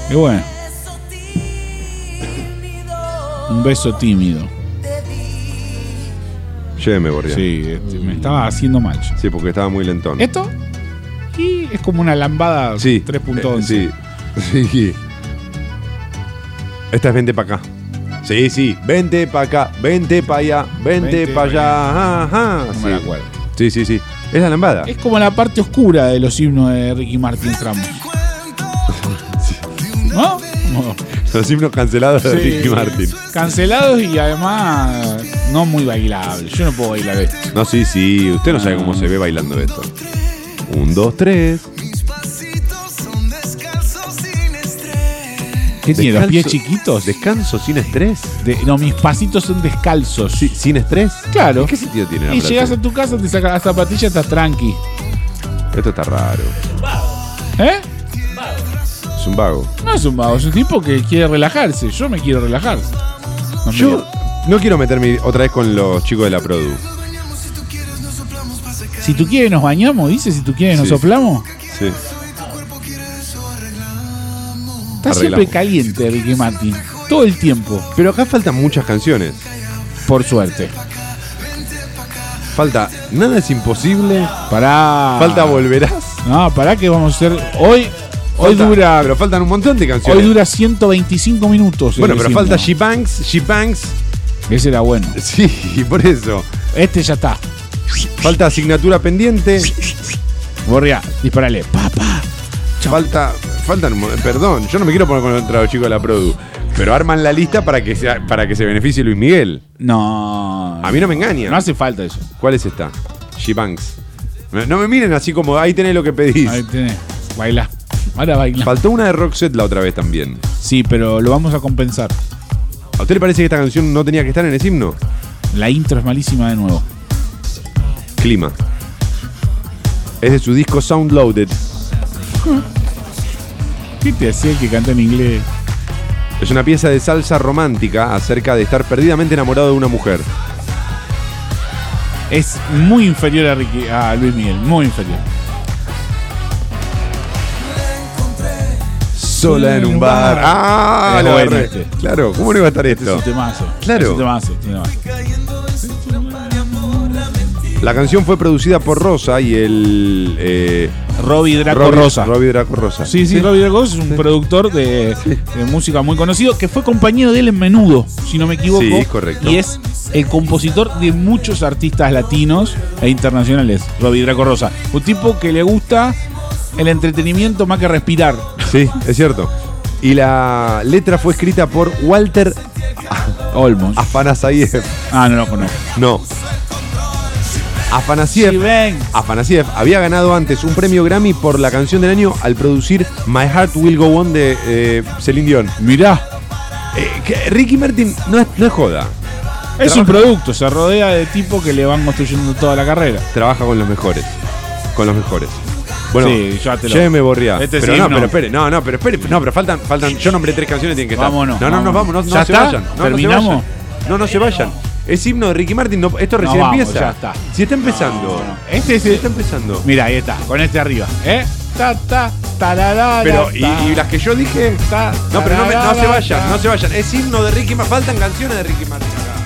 [SPEAKER 3] Y bueno. Un beso tímido.
[SPEAKER 4] Lléveme, Borgia. Sí.
[SPEAKER 3] Sí, este, me estaba haciendo mal. yo.
[SPEAKER 4] porque estaba muy lentón.
[SPEAKER 3] Esto y es como una lambada
[SPEAKER 4] Sí.
[SPEAKER 3] 3.11.
[SPEAKER 4] Eh, sí. Sí. Esta es vente para acá. Sí, sí. Vente para acá, vente para allá, vente
[SPEAKER 3] Vente
[SPEAKER 4] para allá. Ajá.
[SPEAKER 3] No
[SPEAKER 4] sí.
[SPEAKER 3] me la acuerdo.
[SPEAKER 4] sí, sí, sí. Es la lambada.
[SPEAKER 3] Es como la parte oscura de los himnos de Ricky Martin Trump. ¿No? No.
[SPEAKER 4] Los himnos cancelados de
[SPEAKER 3] Sí.
[SPEAKER 4] Ricky Martin.
[SPEAKER 3] Cancelados y además no muy bailable. Yo no puedo bailar esto.
[SPEAKER 4] No, sí, sí. Usted no sabe cómo se ve bailando esto. Un, dos, tres.
[SPEAKER 3] ¿Qué tiene? ¿Los
[SPEAKER 4] Descalzo-
[SPEAKER 3] pies chiquitos?
[SPEAKER 4] Descanso sin estrés.
[SPEAKER 3] De- no, mis pasitos son descalzos.
[SPEAKER 4] Sí, sin estrés.
[SPEAKER 3] Claro.
[SPEAKER 4] ¿Y ¿Qué sentido tiene la
[SPEAKER 3] Y
[SPEAKER 4] frase?
[SPEAKER 3] llegas a tu casa, te sacas las zapatillas, estás tranqui.
[SPEAKER 4] Esto está raro.
[SPEAKER 3] ¿Eh?
[SPEAKER 4] Es un vago.
[SPEAKER 3] No es un vago, es un tipo que quiere relajarse. Yo me quiero relajar. No me
[SPEAKER 4] Yo no quiero meterme otra vez con los chicos de la Produ.
[SPEAKER 3] quiero- Si tú quieres nos bañamos, dice, si tú quieres nos
[SPEAKER 4] Sí.
[SPEAKER 3] soplamos.
[SPEAKER 4] Sí.
[SPEAKER 3] Está
[SPEAKER 4] Arreglamos.
[SPEAKER 3] siempre caliente Ricky Martin. Todo el tiempo,
[SPEAKER 4] Pero acá faltan muchas canciones.
[SPEAKER 3] por suerte.
[SPEAKER 4] Falta Nada es imposible.
[SPEAKER 3] Pará.
[SPEAKER 4] Falta Volverás.
[SPEAKER 3] No, pará que vamos a hacer. Hoy, hoy
[SPEAKER 4] Falta-
[SPEAKER 3] dura.
[SPEAKER 4] Pero faltan un montón de
[SPEAKER 3] Hoy
[SPEAKER 4] canciones.
[SPEAKER 3] dura 125 minutos. el
[SPEAKER 4] bueno, pero
[SPEAKER 3] vecino.
[SPEAKER 4] falta She Banks. She Banks.
[SPEAKER 3] Ese era bueno.
[SPEAKER 4] Sí, por eso.
[SPEAKER 3] Este ya está.
[SPEAKER 4] Falta asignatura pendiente.
[SPEAKER 3] Borria, disparale. Papá.
[SPEAKER 4] Falta. Faltan. un mon- Perdón, yo no me quiero poner contra los chicos de la Produ. Pero arman la lista para que, sea, para que se beneficie Luis Miguel.
[SPEAKER 3] No.
[SPEAKER 4] A mí no me engañan.
[SPEAKER 3] No hace falta eso.
[SPEAKER 4] ¿Cuál es esta? She Banks. No- No me miren así como ahí tenés lo que pedís.
[SPEAKER 3] Ahí tenés. Baila. Ahora baila.
[SPEAKER 4] Faltó una de Roxette la otra vez también.
[SPEAKER 3] Sí, pero lo vamos a compensar.
[SPEAKER 4] ¿A usted le parece que esta canción no tenía que estar en el himno?
[SPEAKER 3] La intro es malísima de nuevo.
[SPEAKER 4] Clima. Es de su disco Sound Loaded.
[SPEAKER 3] ¿Qué te hacía el que canta en inglés?
[SPEAKER 4] Es una pieza de salsa romántica acerca de estar perdidamente enamorado de una mujer.
[SPEAKER 3] Es muy inferior a, Ricky- a Luis Miguel, muy inferior.
[SPEAKER 4] Sola en un bar. Ah,
[SPEAKER 3] Es
[SPEAKER 4] lo
[SPEAKER 3] bueno
[SPEAKER 4] agarré.
[SPEAKER 3] este.
[SPEAKER 4] Claro, ¿cómo no iba a estar
[SPEAKER 3] Este es
[SPEAKER 4] esto?
[SPEAKER 3] un temazo.
[SPEAKER 4] Claro.
[SPEAKER 3] Es un temazo, es un temazo.
[SPEAKER 4] La canción fue producida por Rosa y el. eh,
[SPEAKER 3] Robbie Draco
[SPEAKER 4] Robbie-
[SPEAKER 3] Rosa.
[SPEAKER 4] Robbie Draco Rosa.
[SPEAKER 3] Sí, sí, Robbie Draco Rosa es un productor de, de música muy conocido que fue compañero de él en Menudo, si no me equivoco.
[SPEAKER 4] Sí, correcto.
[SPEAKER 3] Y es el compositor de muchos artistas latinos e internacionales, Robbie Draco Rosa. Un tipo que le gusta el entretenimiento más que respirar.
[SPEAKER 4] Sí, es cierto. Y la letra fue escrita por Walter
[SPEAKER 3] Olmos.
[SPEAKER 4] Afanasiev.
[SPEAKER 3] Ah, no lo conozco.
[SPEAKER 4] No.
[SPEAKER 3] Sí,
[SPEAKER 4] Afanasiev.
[SPEAKER 3] ven.
[SPEAKER 4] Afanasiev había ganado antes un premio Grammy por la canción del año al producir My Heart Will Go On de eh, Celine Dion.
[SPEAKER 3] Mirá.
[SPEAKER 4] Eh, que Ricky Martin no es, no es joda.
[SPEAKER 3] Es un producto, se rodea de tipos que le van construyendo toda la carrera.
[SPEAKER 4] Trabaja con los mejores. Con los mejores. Bueno,
[SPEAKER 3] Sí, ya te lo-
[SPEAKER 4] me borría.
[SPEAKER 3] Este
[SPEAKER 4] pero
[SPEAKER 3] sí,
[SPEAKER 4] no,
[SPEAKER 3] no.
[SPEAKER 4] pero espere, no, no, pero espere, no, pero faltan, faltan. Yo nombré tres canciones, tienen que estar.
[SPEAKER 3] Vámonos,
[SPEAKER 4] No, no, no,
[SPEAKER 3] vámonos.
[SPEAKER 4] vámonos, no
[SPEAKER 3] ¿Ya
[SPEAKER 4] se
[SPEAKER 3] está?
[SPEAKER 4] vayan. No,
[SPEAKER 3] ¿Terminamos?
[SPEAKER 4] No, se vayan. no, no se vayan. Es himno de Ricky Martin, no, esto recién
[SPEAKER 3] vamos,
[SPEAKER 4] empieza.
[SPEAKER 3] ya está.
[SPEAKER 4] Si está empezando.
[SPEAKER 3] Este es
[SPEAKER 4] Si está
[SPEAKER 3] el.
[SPEAKER 4] empezando.
[SPEAKER 3] Mira, ahí está, con este arriba. ¿Eh? Ta, ta, tararara,
[SPEAKER 4] Pero, y,
[SPEAKER 3] ta.
[SPEAKER 4] y las que yo dije.
[SPEAKER 3] Ta,
[SPEAKER 4] No, pero no, me- no se
[SPEAKER 3] tararara,
[SPEAKER 4] vayan,
[SPEAKER 3] ta.
[SPEAKER 4] no se vayan. Es himno de Ricky Martin. Faltan canciones de Ricky Martin acá.